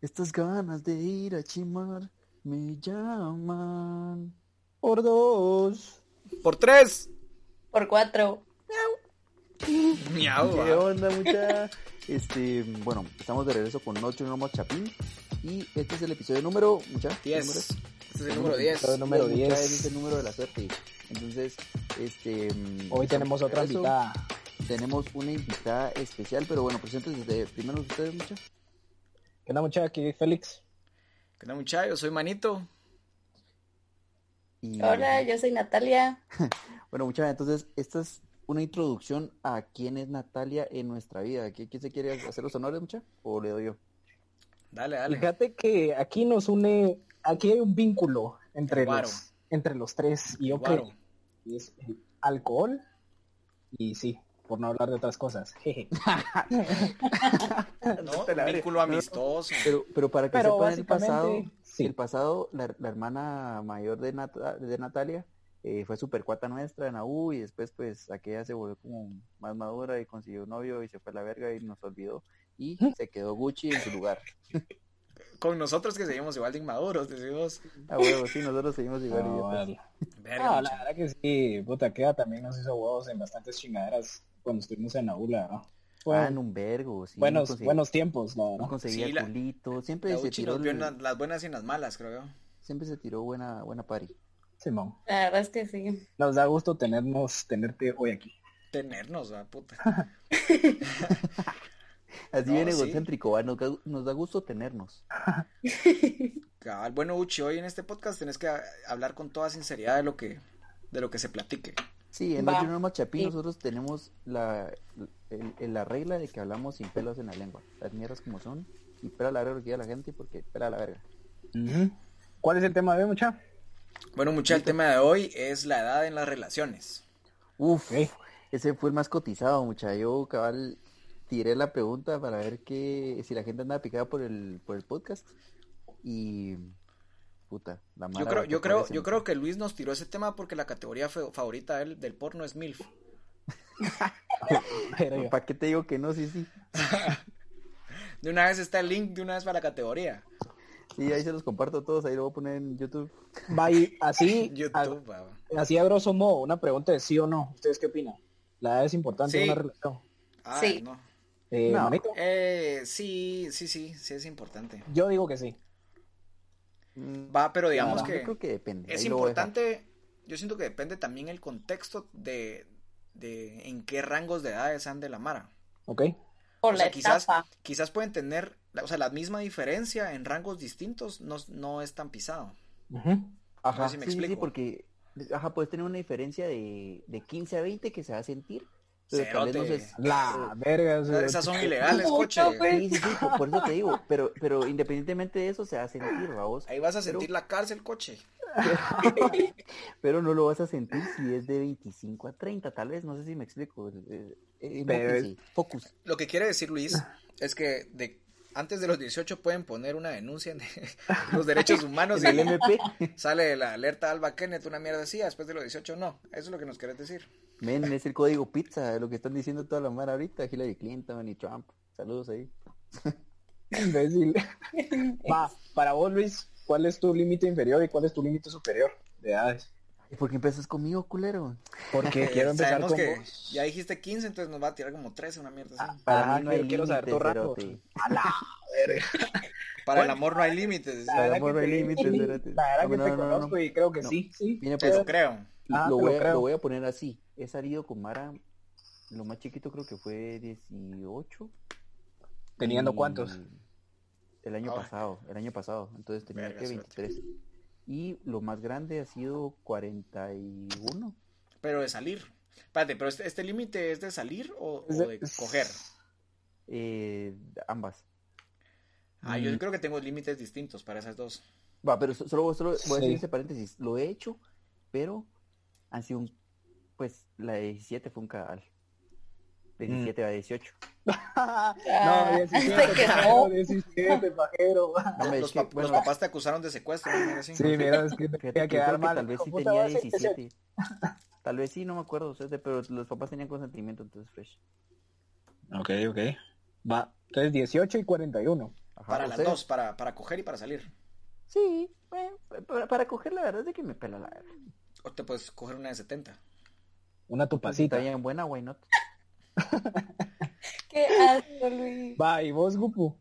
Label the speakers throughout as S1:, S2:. S1: Estas ganas de ir a chimar me llaman. Por dos.
S2: Por tres.
S3: Por cuatro.
S2: Miau.
S1: ¿Qué
S2: ah.
S1: onda, mucha? Este, bueno, estamos de regreso con Noche No More Chapín. Y este es el episodio número, mucha. ¿qué
S2: Diez.
S1: número es?
S2: Este es el número
S1: El
S2: 10.
S1: episodio número
S4: Número
S1: 10.
S4: 10.
S1: es el número de la suerte. Entonces, este. mm,
S4: Hoy tenemos otra
S1: eso.
S4: invitada.
S1: Tenemos una invitada especial, pero bueno, presentes desde primero ustedes, mucha.
S4: ¿Qué onda, muchacha? Aquí Félix.
S2: ¿Qué onda, muchachos? Yo soy Manito.
S1: Y,
S3: Hola, yo soy Natalia.
S1: Bueno, muchas entonces esta es una introducción a quién es Natalia en nuestra vida. ¿Qui- ¿Quién se quiere hacer los honores, mucha? ¿O le doy yo?
S2: Dale, dale.
S4: Fíjate que aquí nos une, aquí hay un vínculo entre
S2: Guaro.
S4: los, entre los tres. Y yo
S2: Guaro.
S4: creo que es el alcohol y sí, por no hablar de otras cosas. Jeje.
S2: ¿No? Un vínculo amistoso.
S1: Pero, pero para que
S4: Pero
S1: sepan el pasado,
S4: básicamente, sí.
S1: el pasado, la, la hermana mayor de, Nata- de Natalia eh, fue super cuata nuestra en la U y después pues aquella se volvió como más madura y consiguió un novio y se fue a la verga y nos olvidó y se quedó Gucci en su lugar.
S2: Con nosotros que seguimos igual de inmaduros, decimos.
S1: Ah, huevo, sí, nosotros seguimos igual. pues,
S4: No,
S1: idiotas.
S4: vale.
S1: Ah,
S2: Verga,
S4: No, la
S2: mucha.
S4: verdad que sí, puta, queda también nos hizo huevos en bastantes chingaderas cuando estuvimos en la ULA. ¿no? Fue
S1: Ah, en un vergo, sí.
S4: buenos,
S1: conseguí-
S4: buenos tiempos, la
S1: no
S4: verdad.
S1: conseguía
S2: Sí, la-
S1: culito, siempre
S2: La
S1: pues, se
S2: Uchi
S1: tiró
S2: nos vio
S1: el-
S2: en la- las buenas y en las malas, creo yo.
S1: Siempre se tiró buena, buena pari.
S4: Simón,
S3: La verdad es que sí.
S4: nos da gusto tenernos, tenerte hoy aquí.
S2: Tenernos, ah, puta.
S1: Así
S2: No,
S1: bien
S2: sí.
S1: egocéntrico, va, nos, da- nos da gusto tenernos.
S2: Cabal. Bueno, Uchi, hoy en este podcast tenés que ah, hablar con toda sinceridad de lo que, de lo que se platique.
S1: Sí, en
S3: Va.
S1: Noche No Más Chapín
S3: Sí.
S1: nosotros tenemos la, el- el- la regla de que hablamos sin pelos en la lengua. Las mierdas como son. Y pela la verga lo que diga la gente porque pela la verga.
S4: ¿Cuál es el tema de hoy, mucha?
S2: Bueno, mucha, el tema de hoy es la edad en las relaciones.
S1: Uf,
S4: Ok.
S1: ese fue el más cotizado, mucha. Yo cabal tiré la pregunta para ver que, si la gente andaba picada por el, por el podcast. Y... Puta, la
S2: Yo
S1: mala
S2: creo, yo
S1: votó por
S2: creo,
S1: ese,
S2: yo
S1: mucha.
S2: creo que Luis nos tiró ese tema porque la categoría fe- favorita del, del porno es MILF.
S4: Era yo.
S1: ¿Para qué te digo que no? Sí, sí.
S2: De una vez está el link, de una vez para la categoría.
S1: Sí, ahí se los comparto a todos. Ahí lo voy a poner en YouTube.
S4: Va y así,
S2: YouTube, ah, baba.
S4: a- así a grosso modo, una pregunta de sí o no. ¿Ustedes qué opinan? La edad es importante en
S2: Sí.
S4: una relación.
S2: Ah,
S3: Sí.
S2: no.
S4: Eh,
S1: No.
S4: manito,
S2: Eh, sí, sí, sí, sí es importante.
S4: yo digo que sí.
S2: Va, pero digamos
S1: Ah,
S2: que
S1: Yo creo que depende.
S2: es
S1: ahí lo voy a dejar.
S2: importante, yo siento que depende también el contexto de, de en qué rangos de edades ande la mara.
S4: ¿Ok?
S3: Por
S2: O
S3: la
S2: sea, quizás,
S3: etapa.
S2: quizás pueden tener, la- o sea, la misma diferencia en rangos distintos no, no es tan pisado.
S4: Ujú.
S1: Ajá,
S2: si me
S1: sí, sí, sí,
S2: explico.
S1: porque ajá, puedes tener una diferencia de, de 15 a 20 que se va a sentir, pero tal vez no
S2: Cerote.
S1: se-
S4: La verga.
S2: O sea, Esas son ilegales,
S3: Puta,
S2: coche.
S3: güey.
S1: Eh, Sí, sí, sí, por, por eso te digo, pero, pero independientemente de eso se va a sentir, vamos,
S2: Ahí vas a sentir la cárcel, coche.
S1: pero no lo vas a sentir si es de 25 a 30, tal vez, no sé si me explico. eh, eh,
S4: Pero es-
S1: enfóquense, Focus.
S2: Lo que quiere decir Luis es que de, antes de los 18 pueden poner una denuncia en los derechos humanos
S1: En el
S2: y
S1: MP,
S2: sale la alerta Alba Kenneth, una mierda así, después de los 18 no. Eso es lo que nos querés decir.
S1: men, es el código pizza, lo que están diciendo toda la mar ahorita, Hillary Clinton y Trump. Saludos ahí.
S4: Imbécil. Va, para vos, Luis, ¿cuál es tu límite inferior y cuál es tu límite superior de edades?
S1: ¿Y por qué empezas conmigo, culero?
S4: Porque
S2: Eh,
S4: quiero empezar
S2: sabemos
S4: con
S2: que
S4: vos.
S2: ya dijiste 15, entonces nos va a tirar como 13, una mierda así.
S4: Para
S1: Ah,
S4: mí no hay quiero saber tu
S1: límite,
S4: rango.
S1: cerote.
S4: A la verga.
S2: Para el amor no hay límites,
S4: La
S2: dice.
S4: verdad
S1: amor
S4: que
S1: no hay
S4: te-
S1: límites, espérate.
S4: La verdad que
S1: No,
S4: te
S1: no, no, no.
S4: conozco y creo que
S1: No.
S4: sí, sí.
S1: Mira,
S2: Eso
S1: pues,
S2: creo.
S1: lo,
S4: Ah, te lo
S1: voy a,
S4: creo.
S1: lo voy a poner así. He salido con Mara, lo más chiquito creo que fue 18.
S4: ¿Teniendo
S1: y
S4: cuántos?
S1: El año
S2: Ah.
S1: pasado, el año pasado. Entonces tenía
S2: Verga,
S1: que
S2: suerte.
S1: 23. Y lo más grande ha sido 41.
S2: Pero de salir. Espérate, pero este, este límite es de salir o, o
S4: Es de-
S2: de coger.
S1: Eh, ambas.
S2: Ah, yo creo que tengo límites distintos para esas dos.
S1: Va, pero so- solo, solo voy a
S4: Sí.
S1: decir ese paréntesis. Lo he hecho, pero han sido un... Pues la de 17 fue un cagal. De
S4: Mm.
S1: 17 a 18.
S4: No,
S3: Ah,
S4: 17,
S3: se quejó.
S4: pajero, 17, pajero.
S1: No, me
S2: Ah, los,
S1: es que,
S2: pap- los
S1: bueno,
S2: papás te acusaron de secuestro. una mierda así.
S4: Sí, mira, es que te voy
S1: Fíjate que yo creo
S4: a quedar
S1: que
S4: mal.
S1: tal vez sí
S4: ¿Cómo te va
S1: tenía
S4: a decir que sí?
S1: 17. Tal vez sí, no me acuerdo, o sea, de- pero los papás tenían consentimiento, entonces fresh.
S4: Ok, ok. Va, entonces 18 y 41.
S1: Ajá,
S2: Para
S1: o
S2: las
S1: sea,
S2: dos, para, para coger y para salir.
S1: Sí, bueno, para, para coger la verdad es de que me pela la verga.
S2: O te puedes coger una de 70.
S4: Una
S1: Pues si está
S4: tupacita.
S1: bien buena, why not?
S3: Qué asco, Luis.
S4: Va, y vos, Gupu.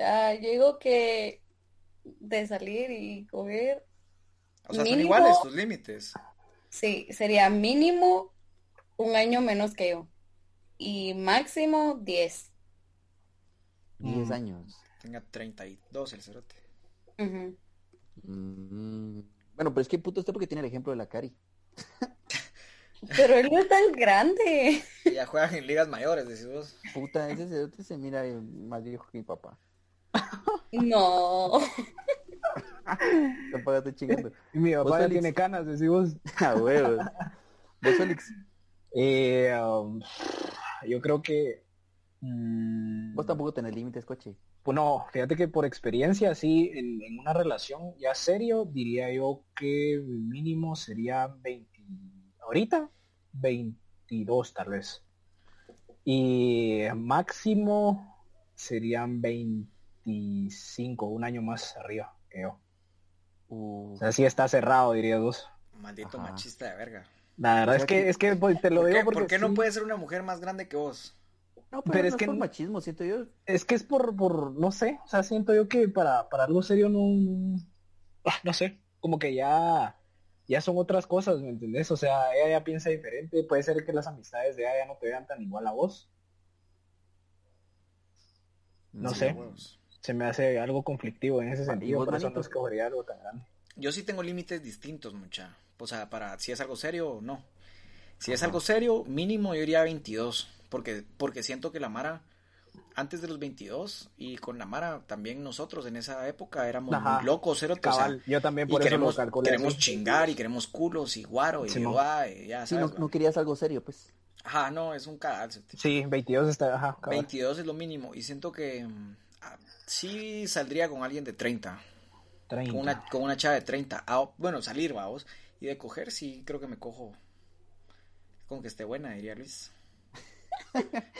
S3: Ah, yo digo que de salir y coger,
S2: O sea, son
S3: Mínimo.
S2: iguales tus límites.
S3: sí, sería mínimo un año menos que yo. Y máximo 10.
S1: 10
S4: Mm.
S1: años.
S2: Tenga 32 el cerote.
S3: Ujú.
S1: Mm, Bueno, pero es que puto usted porque tiene el ejemplo de la Cari.
S3: Pero él no es tan grande.
S2: Y ya juegan en ligas mayores, decís vos.
S1: Puta, ese cerote se mira eh, más viejo que mi papá.
S3: No.
S1: Tampoco estoy chingando.
S4: Y Mi
S1: ¿Vos,
S4: papá ya
S1: Félix?
S4: tiene canas, decimos.
S1: A huevos. Vos, Félix,
S4: Eh, um, yo creo que... mm,
S1: vos tampoco tenés límites, coche.
S4: Pues no, fíjate que por experiencia, sí, en, en una relación ya serio, diría yo que mínimo sería 20, ahorita 22 tal vez. Y máximo serían 25, un año más arriba que yo.
S1: Uh,
S4: O sea, sí está cerrado, diría dos.
S2: Maldito
S1: Ajá.
S2: machista de verga.
S4: La verdad
S1: O
S4: es
S1: sea
S4: que,
S1: que-
S4: es que pues, te lo
S2: ¿Por
S4: digo
S2: qué,
S4: porque
S2: por qué no
S4: sí,
S2: puede ser una mujer más grande que vos?
S1: no, pero,
S4: pero
S1: es
S4: es
S1: no
S4: que
S1: es por
S4: no-
S1: machismo, siento yo.
S4: es que es por, por, no sé, o sea, siento yo que para, para algo serio no, ah, no sé, como que ya, ya son otras cosas, ¿me entendés? O sea, ella ya piensa diferente, puede ser que las amistades de ella ya no te vean tan igual a vos, No
S1: Sí,
S4: sé.
S1: a huevos.
S2: huevos.
S4: se me hace algo conflictivo en ese sentido,
S1: vos,
S4: por eso
S1: manito?
S4: no escogería algo tan grande.
S2: Yo sí tengo límites distintos, mucha. O sea, para si es algo serio o no. Si es
S1: Ajá.
S2: algo serio, mínimo yo iría a 22. Porque, porque siento que la Mara, antes de los 22, y con la Mara también nosotros en esa época éramos
S4: Ajá.
S2: muy locos, cerote, o sea,
S4: Cabal, yo también
S2: y
S4: por eso
S2: queremos,
S4: lo calculé.
S2: queremos
S4: así.
S2: chingar y queremos culos y guaro y
S4: Simón.
S2: guá, y ya
S1: Sí, no,
S2: sabes. va.
S1: no querías algo serio, pues.
S2: Ajá, no, es un cadáver. cerote.
S4: Sí, 22 está, ajá, cabal.
S2: 22 es lo mínimo. Y siento que mm, ah, sí saldría con alguien de 30.
S4: 30.
S2: Con una, con una chava de 30. Ah, bueno, salir, vamos. Y de coger, sí, creo que me cojo. Con que esté buena, diría Luis.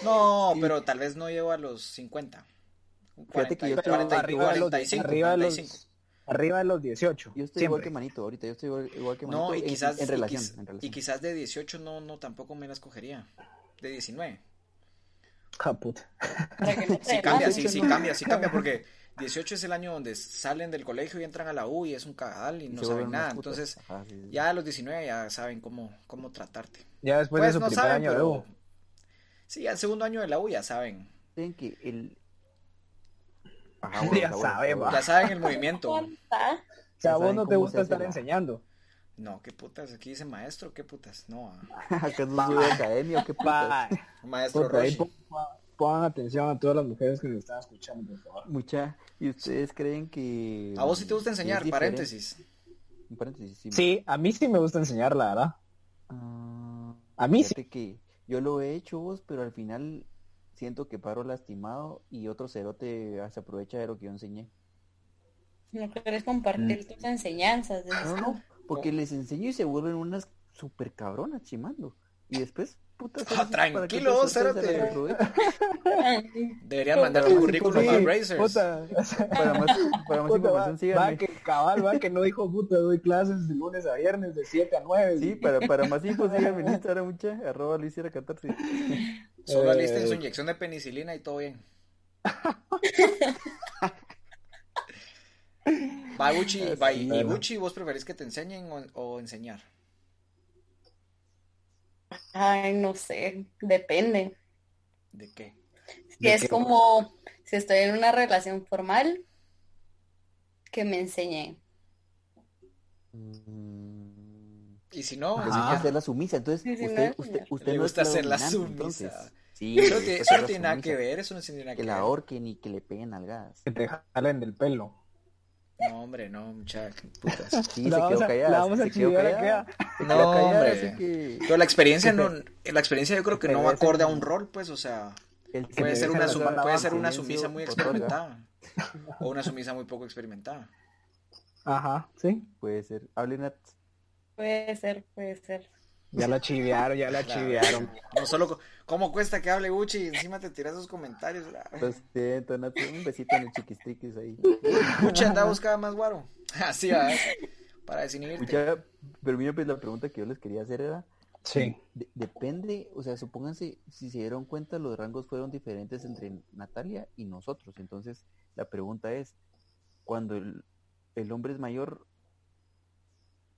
S2: No, pero tal vez no llego a los 50. Un
S1: Fíjate que yo
S2: 40,
S1: tengo
S2: 40,
S4: arriba de los,
S2: 45,
S4: arriba de los-
S2: 45.
S4: arriba de los 18.
S1: Yo estoy
S4: siempre.
S1: igual que Manito ahorita, yo estoy igual, igual que Manito
S2: No, y
S1: en,
S2: quizás,
S1: en
S2: y
S1: relación,
S2: quiz-
S1: en
S2: y
S1: relación.
S2: quizás de 18 no, no, tampoco me las cogería. De 19.
S4: Ja, puta.
S3: Para que no te
S2: Sí cambia,
S3: delaten.
S2: sí, sí cambia, sí cambia, porque 18 es el año donde salen del colegio y entran a la U y es un cagadal y
S1: Y
S2: no
S1: se
S2: saben
S1: vuelven unas
S2: nada.
S1: putas.
S2: Entonces,
S1: Ajá, sí, sí.
S2: ya a los 19 ya saben cómo, cómo tratarte.
S4: Ya después de
S2: Pues
S4: su
S2: no
S4: primer
S2: saben,
S4: año
S2: pero-
S4: de U.
S2: Sí, al segundo año de la U ya saben.
S1: Saben que el... Ajá,
S4: Ya
S1: bueno, está bueno,
S4: sabe,
S1: está bueno.
S4: Ah.
S2: Ya saben el movimiento.
S3: Aguanta.
S4: O sea,
S1: Ya
S4: a vos
S1: saben
S4: no
S1: cómo
S4: te
S1: se
S4: gusta
S1: hace
S4: estar
S1: la-
S4: enseñando.
S2: No, qué putas, aquí dice maestro, qué putas. No, ah.
S1: ¿Acaso soy de academia o qué putas?
S4: Pa,
S2: maestro
S4: por ahí
S2: Roshi.
S4: pon- pon- pongan atención a todas las mujeres que nos están escuchando, por favor.
S1: Mucha, ¿y ustedes creen que...
S2: A vos sí te gusta
S1: que es
S2: enseñar,
S1: diferente?
S2: paréntesis.
S1: Un paréntesis, sí.
S4: Sí, a mí sí me gusta enseñar, la verdad.
S1: Ah,
S4: A mí sí.
S1: fíjate que yo lo he hecho vos, pero al final siento que paro lastimado y otro cerote ah, se aprovecha de lo que yo enseñé.
S3: No querés compartir
S2: Mm.
S3: tus enseñanzas. dices
S1: No,
S3: tú.
S2: Ah.
S1: no, porque les enseño y se vuelven unas super cabronas chimando. Y después, puta,
S2: Ah, tranquilo, cérate. Deberían
S3: No,
S2: mandar
S1: pero
S2: un
S1: sí,
S2: currículum
S1: sí,
S2: a Brazers.
S4: puta, o sea,
S1: Para más, para más
S4: puta, va,
S1: información,
S4: va
S1: síganme.
S4: que cabal, va que no dijo puta, doy clases de lunes a viernes de 7 a 9.
S1: Sí, pues. para, para más info, síganme en Instagram, mucha, arroba Luis Sierra 14.
S2: Solo
S4: Eh,
S2: alisten su inyección de penicilina y todo bien. Va, Gucci, va, y- y
S4: Bueno.
S2: Gucci, ¿vos preferís que te enseñen o, o enseñar?
S3: Ay, no sé, depende.
S2: ¿De qué?
S3: Si
S4: ¿De
S3: es
S4: qué?
S3: como, si estoy en una relación formal, que me enseñe.
S1: Mm,
S2: Y si no,
S1: Tenés
S4: Ajá.
S1: que
S2: enseñar.
S1: hacer la sumisa, entonces
S3: Sí, sí,
S1: usted,
S3: no,
S1: usted, usted
S2: ah. Le
S1: no
S2: gusta
S1: es
S2: hacer la
S1: dominante,
S2: sumisa.
S1: entonces. Sí,
S2: Eso,
S1: le
S2: que-
S1: gusta
S2: eso
S1: hacer
S2: no
S1: la
S2: tiene nada que
S1: sumisa.
S2: ver, eso no tiene nada que
S1: Que
S2: ver.
S1: la ahorquen y que le peguen algadas.
S4: Que te jalen del pelo.
S2: No, hombre, no, muchachos, putas.
S1: Sí,
S4: La
S1: se
S4: vamos
S1: quedó
S4: a- la
S1: callada.
S4: vamos a
S1: se quedó
S4: chingar
S1: callada.
S4: acá.
S1: Se
S2: No,
S1: quedó callada,
S2: hombre.
S1: así que
S2: Pero la experiencia no, la experiencia yo creo que no
S4: Pero
S2: va
S4: ese-
S2: acorde a un rol, pues, o sea,
S1: el que
S2: puede
S1: me
S2: ser
S1: deja
S2: una
S1: abrazar
S2: suma-
S1: la
S2: puede
S1: dama
S2: ser
S1: en
S2: una
S1: silencio,
S2: sumisa muy
S1: otorga.
S2: experimentada o una sumisa muy poco experimentada.
S4: Ajá, sí.
S2: Eh.
S1: Puede ser. Hable Nat.
S3: Puede ser, puede ser.
S4: Ya la chivearon, ya la chivearon.
S2: No solo, co- ¿cómo cuesta que hable Gucci? Encima te tiras esos comentarios. Ah.
S1: Lo siento, Nati, un besito en el chiquistriquis ahí.
S2: Gucci anda buscando más guaro. Así, ¿verdad? Para desinhibirte.
S1: Escucha, pero mira, pues la pregunta que yo les quería hacer era,
S4: Sí.
S1: de- depende, o sea, supónganse, si se dieron cuenta, los rangos fueron diferentes entre Natalia y nosotros. Entonces, la pregunta es, cuando el, el hombre es mayor,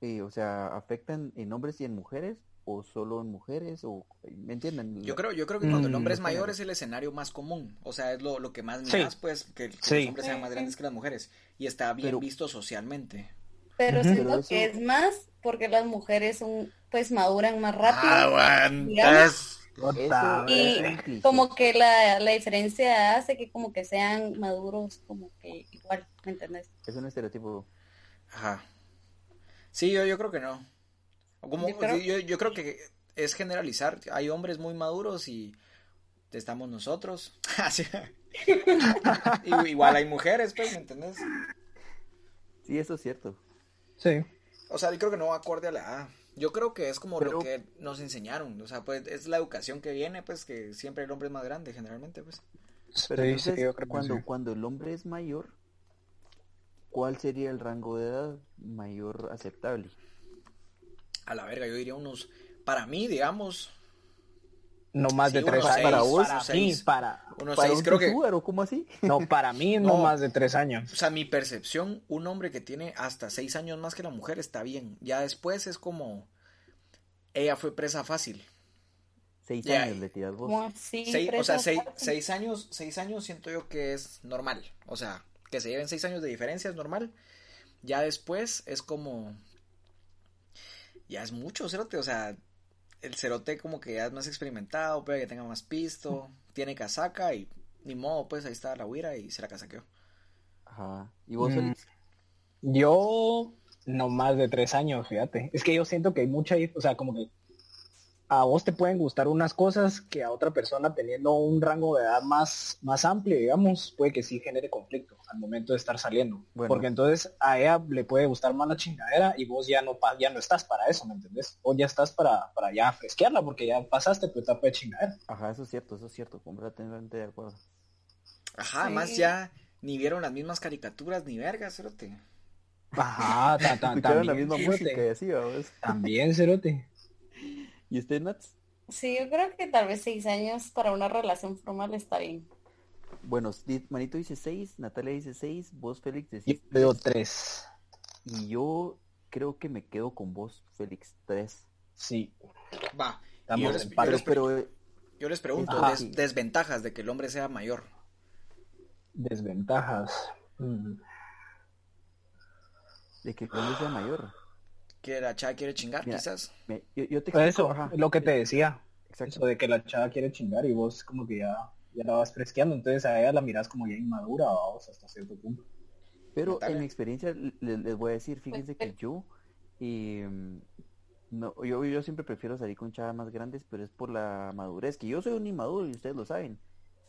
S1: eh, o sea, ¿afectan en hombres y en mujeres? ¿O solo en mujeres? o ¿Me entienden?
S2: Yo creo, yo creo que cuando el
S4: Mm,
S2: hombre es
S1: no sé.
S2: mayor es el escenario más común. O sea, es lo, lo que más
S4: Sí.
S2: miras, pues, que, que
S4: Sí.
S2: los hombres sean más grandes que las mujeres. Y está bien
S1: Pero-
S2: visto socialmente.
S3: Pero
S4: Ujú.
S3: siento
S1: Pero eso-
S3: que es más porque las mujeres son, pues maduran
S2: Ah,
S3: más rápido.
S2: Aguantas.
S4: Otra
S1: Eso
S4: vez.
S1: es un cliché.
S3: Como que la, la diferencia hace que como que sean maduros como que igual, ¿me entendés?
S1: Es un estereotipo.
S2: Ajá. Sí, yo, yo creo que no. O Como,
S3: Yo creo-
S2: yo, yo creo que es generalizar. Hay hombres muy maduros y estamos nosotros. Así. Y- Igual hay mujeres, pues, ¿me entendés?
S1: Sí, eso es cierto.
S4: Sí.
S2: O sea, yo creo que no va acorde a la edad. Yo creo que es como lo
S1: Pero-
S2: que nos enseñaron. O sea, pues es la educación que viene, pues que siempre el hombre es más grande, generalmente, pues.
S1: Pero
S4: sí,
S1: entonces,
S4: sí, yo creo que
S1: cuando,
S4: sí.
S1: cuando el hombre es mayor, ¿cuál sería el rango de edad mayor aceptable?
S2: A la verga, yo diría unos. Para mí, digamos,
S4: No más
S2: Sí,
S4: de tres
S2: unos
S4: años.
S2: seis,
S4: para
S2: unos
S4: mí,
S2: seis.
S4: para...
S2: unos
S1: ¿Para
S2: seis,
S1: un
S2: creo que.
S1: tuzúbaro? ¿Cómo así?
S4: No, para mí no,
S2: No.
S4: más de tres años.
S2: O sea, mi percepción, un hombre que tiene hasta seis años más que la mujer está bien. Ya después es como. Ella fue presa fácil.
S1: Seis
S2: Ya,
S1: años le tiras vos.
S3: Como así,
S2: Seis- o sea,
S3: presa
S2: seis,
S3: fácil.
S2: seis años, seis años siento yo que es normal. O sea, que se lleven seis años de diferencia es normal. Ya después es como. Ya es mucho, cerote. O sea, el cerote como que ya es más experimentado, puede que tenga más pisto, tiene casaca y ni modo, pues ahí está la huira y se la casaqueó.
S1: Ajá. ¿Y vos,
S4: Mm.
S1: Félix?
S4: Yo no más de tres años, fíjate. Es que yo siento que hay mucha, dif- o sea, como que a vos te pueden gustar unas cosas que a otra persona teniendo un rango de edad más, más amplio, digamos, puede que sí genere conflicto al momento de estar saliendo.
S1: Bueno.
S4: Porque entonces a ella le puede gustar más la chingadera y vos ya no, pa- ya no estás para eso, ¿me entendés? O ya estás para, para ya fresquearla porque ya pasaste tu etapa de chingadera.
S1: Ajá, eso es cierto, eso es cierto. Completamente de acuerdo.
S2: Ajá,
S3: Sí.
S2: más ya ni vieron las mismas caricaturas ni verga, cerote.
S4: Ajá, ta- ta-
S1: Escucharon la
S4: también,
S1: misma
S4: cerote.
S1: música y así, vamos.
S2: Ah.
S4: También, cerote.
S1: ¿Y usted, Nats?
S3: Sí, yo creo que tal vez seis años para una relación formal está bien.
S1: Bueno, di- Manito dice seis, Natalia dice seis, vos, Félix,
S4: Yo
S1: decís
S4: veo
S1: tres.
S4: tres.
S1: Y yo creo que me quedo con vos, Félix, tres.
S4: Sí.
S2: Va.
S4: Estamos
S2: yo les-
S4: en
S2: yo
S4: par.
S1: Pero,
S2: les,
S1: pero,
S2: yo les pregunto,
S4: Ajá.
S2: des- desventajas de que el hombre sea mayor.
S4: Desventajas. Mm.
S1: de que el hombre sea mayor.
S2: Que la chava quiere chingar,
S1: Mira,
S2: quizás.
S1: Me- yo, yo te explico,
S4: Pues Eso,
S1: ajá,
S4: es lo que te decía.
S1: exacto.
S4: Eso de que la chava quiere chingar y vos como que ya, ya la vas fresqueando, entonces a ella la mirás como ya inmadura, vamos, hasta cierto punto.
S1: Pero
S2: Natalia.
S1: en mi experiencia le- les, voy a decir, fíjense que yo, em, no, yo, yo siempre prefiero salir con chavas más grandes, pero es por la madurez, que yo soy un inmaduro y ustedes lo saben,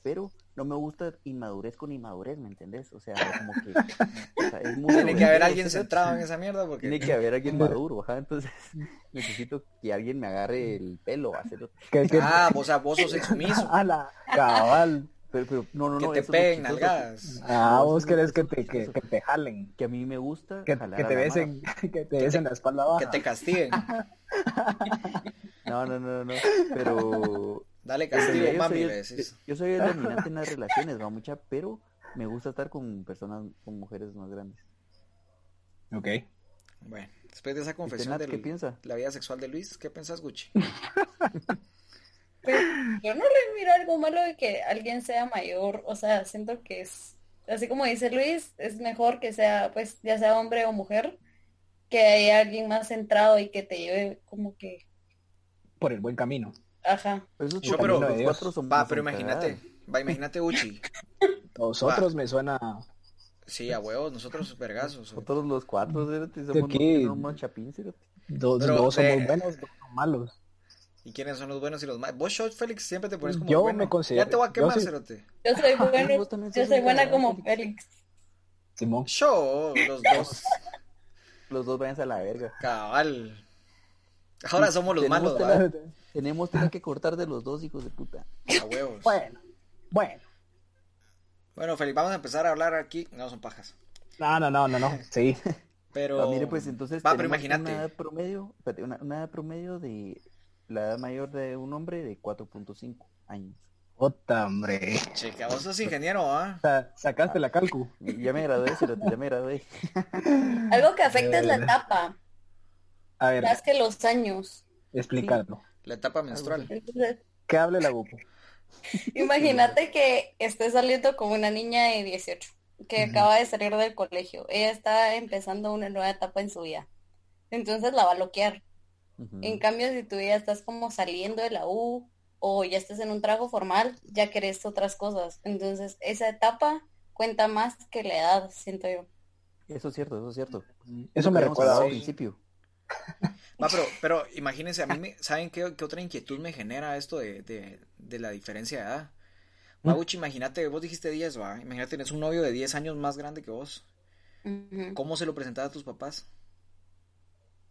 S1: pero no me gusta inmadurez con inmadurez, ¿me entendés? O sea, como que o sea, es muy
S2: Tiene que haber
S1: novedoso,
S2: alguien
S1: o sea,
S2: centrado en esa mierda porque...
S1: Tiene que haber alguien maduro, ajá, entonces necesito que alguien me agarre el pelo, va a ser-
S4: Que, que-
S2: Ah, o sea, vos sos exhumiso.
S4: a la cabal.
S1: pero, pero no, Ah, no,
S2: Que
S1: no, eso
S2: te
S1: es lo
S2: peguen
S1: chistoso,
S2: nalgadas.
S4: Ah,
S1: No, eso
S4: vos
S1: es-
S4: querés que
S1: eso es
S4: te, que,
S1: chistoso.
S4: que te jalen,
S1: que a mí me gusta
S4: que,
S1: jalar
S4: que
S1: a
S4: te
S1: la
S4: besen, que te besen la espalda
S2: Que
S4: baja.
S2: te castiguen.
S1: mara. No, no, no, no, no, pero
S2: Dale
S1: En realidad,
S2: castigo,
S1: yo
S2: mami,
S1: soy
S2: le
S1: el-
S2: decís.
S1: yo- yo soy el dominante en las relaciones, va mucha, pero me gusta estar con personas, con mujeres más grandes.
S4: Ok.
S2: Bueno, después de esa
S1: ¿Y usted,
S2: confesión
S1: Nat,
S2: de
S1: qué piensa?
S2: la vida sexual de Luis, ¿qué pensás, Gucci?
S3: Pero yo no le miro algo malo de que alguien sea mayor, o sea, siento que es, así como dice Luis, es mejor que sea, pues, ya sea hombre o mujer, que haya alguien más centrado y que te lleve como que,
S4: Por el buen camino.
S3: ajá.
S1: Pero eso es
S4: Yo,
S1: porque
S2: pero-
S1: los Pues cuatro somos
S2: Va, pero
S1: en
S2: imagínate.
S1: cagada.
S2: Va, imagínate, Gucci.
S4: Nosotros me suena...
S2: Sí, a huevos, nosotros vergazos.
S1: Nosotros los cuatro, cerote, somos unos-
S4: qué?
S1: unos más chapín, cerote.
S4: Dos,
S2: Pero
S4: dos somos
S2: de-
S4: buenos, dos somos malos.
S2: ¿Y quiénes son los buenos y los malos? Vos, Shot, Félix, siempre te pones como
S4: Yo
S2: bueno.
S4: me considero-
S2: Ya te voy a
S4: yo
S2: quemar,
S4: soy-
S2: cerote.
S3: Yo soy
S1: Ay,
S3: buena,
S1: vos también
S3: yo
S1: sos
S3: soy
S1: un
S3: buena
S1: cagado,
S3: como
S1: Félix.
S3: Félix.
S4: Simón.
S2: Yo, los dos.
S1: Los dos vayan a la verga.
S2: Cabal. Ahora somos los malos,
S1: tenemos,
S2: ¿verdad?
S1: tela, tenemos tela que cortar de los dos hijos de puta. Ah,
S2: A huevos.
S4: Bueno, bueno.
S2: Bueno, Felipe, vamos a empezar a hablar aquí. No, son pajas.
S4: No, no, no, no, no. Sí.
S2: Pero.
S1: Ah, mire, pues entonces
S2: Va, pero
S1: tenemos
S2: imagínate.
S1: una edad promedio, espérate, una, una edad promedio de la edad mayor de un hombre de 4.5 años.
S4: Puta, hombre.
S2: Checa, vos sos ingeniero, ¿ah?
S4: Sa- sacaste la calcu.
S1: Y Ya me gradué, cerote, ya me gradué.
S3: Algo que afecta es la
S4: Eh,
S3: etapa,
S4: A ver,
S3: más que los años.
S4: explicarlo.
S2: La etapa menstrual.
S3: Entonces,
S4: Que hable la gupo.
S3: imagínate que estés saliendo con una niña de 18 que
S4: Ujú.
S3: acaba de salir del colegio. Ella está empezando una nueva etapa en su vida. Entonces la va a bloquear.
S1: Ujú.
S3: En cambio, si tú ya estás como saliendo de la U o ya estás en un trabajo formal, ya querés otras cosas. Entonces, esa etapa cuenta más que la edad, siento yo.
S1: Eso es cierto, eso es cierto.
S4: Eso me
S1: Mm, Lo que habíamos
S4: recuerda
S1: hablado al
S2: sí.
S1: principio.
S2: Va, pero, pero imagínense, a mí, me, ¿saben qué, qué otra inquietud me genera esto de, de, de la diferencia de edad?
S4: ¿Mm?
S2: Maguchi, imagínate, vos dijiste 10, va. Imagínate, tenés un novio de 10 años más grande que vos.
S3: Ujú.
S2: ¿Cómo se lo presentás a tus papás?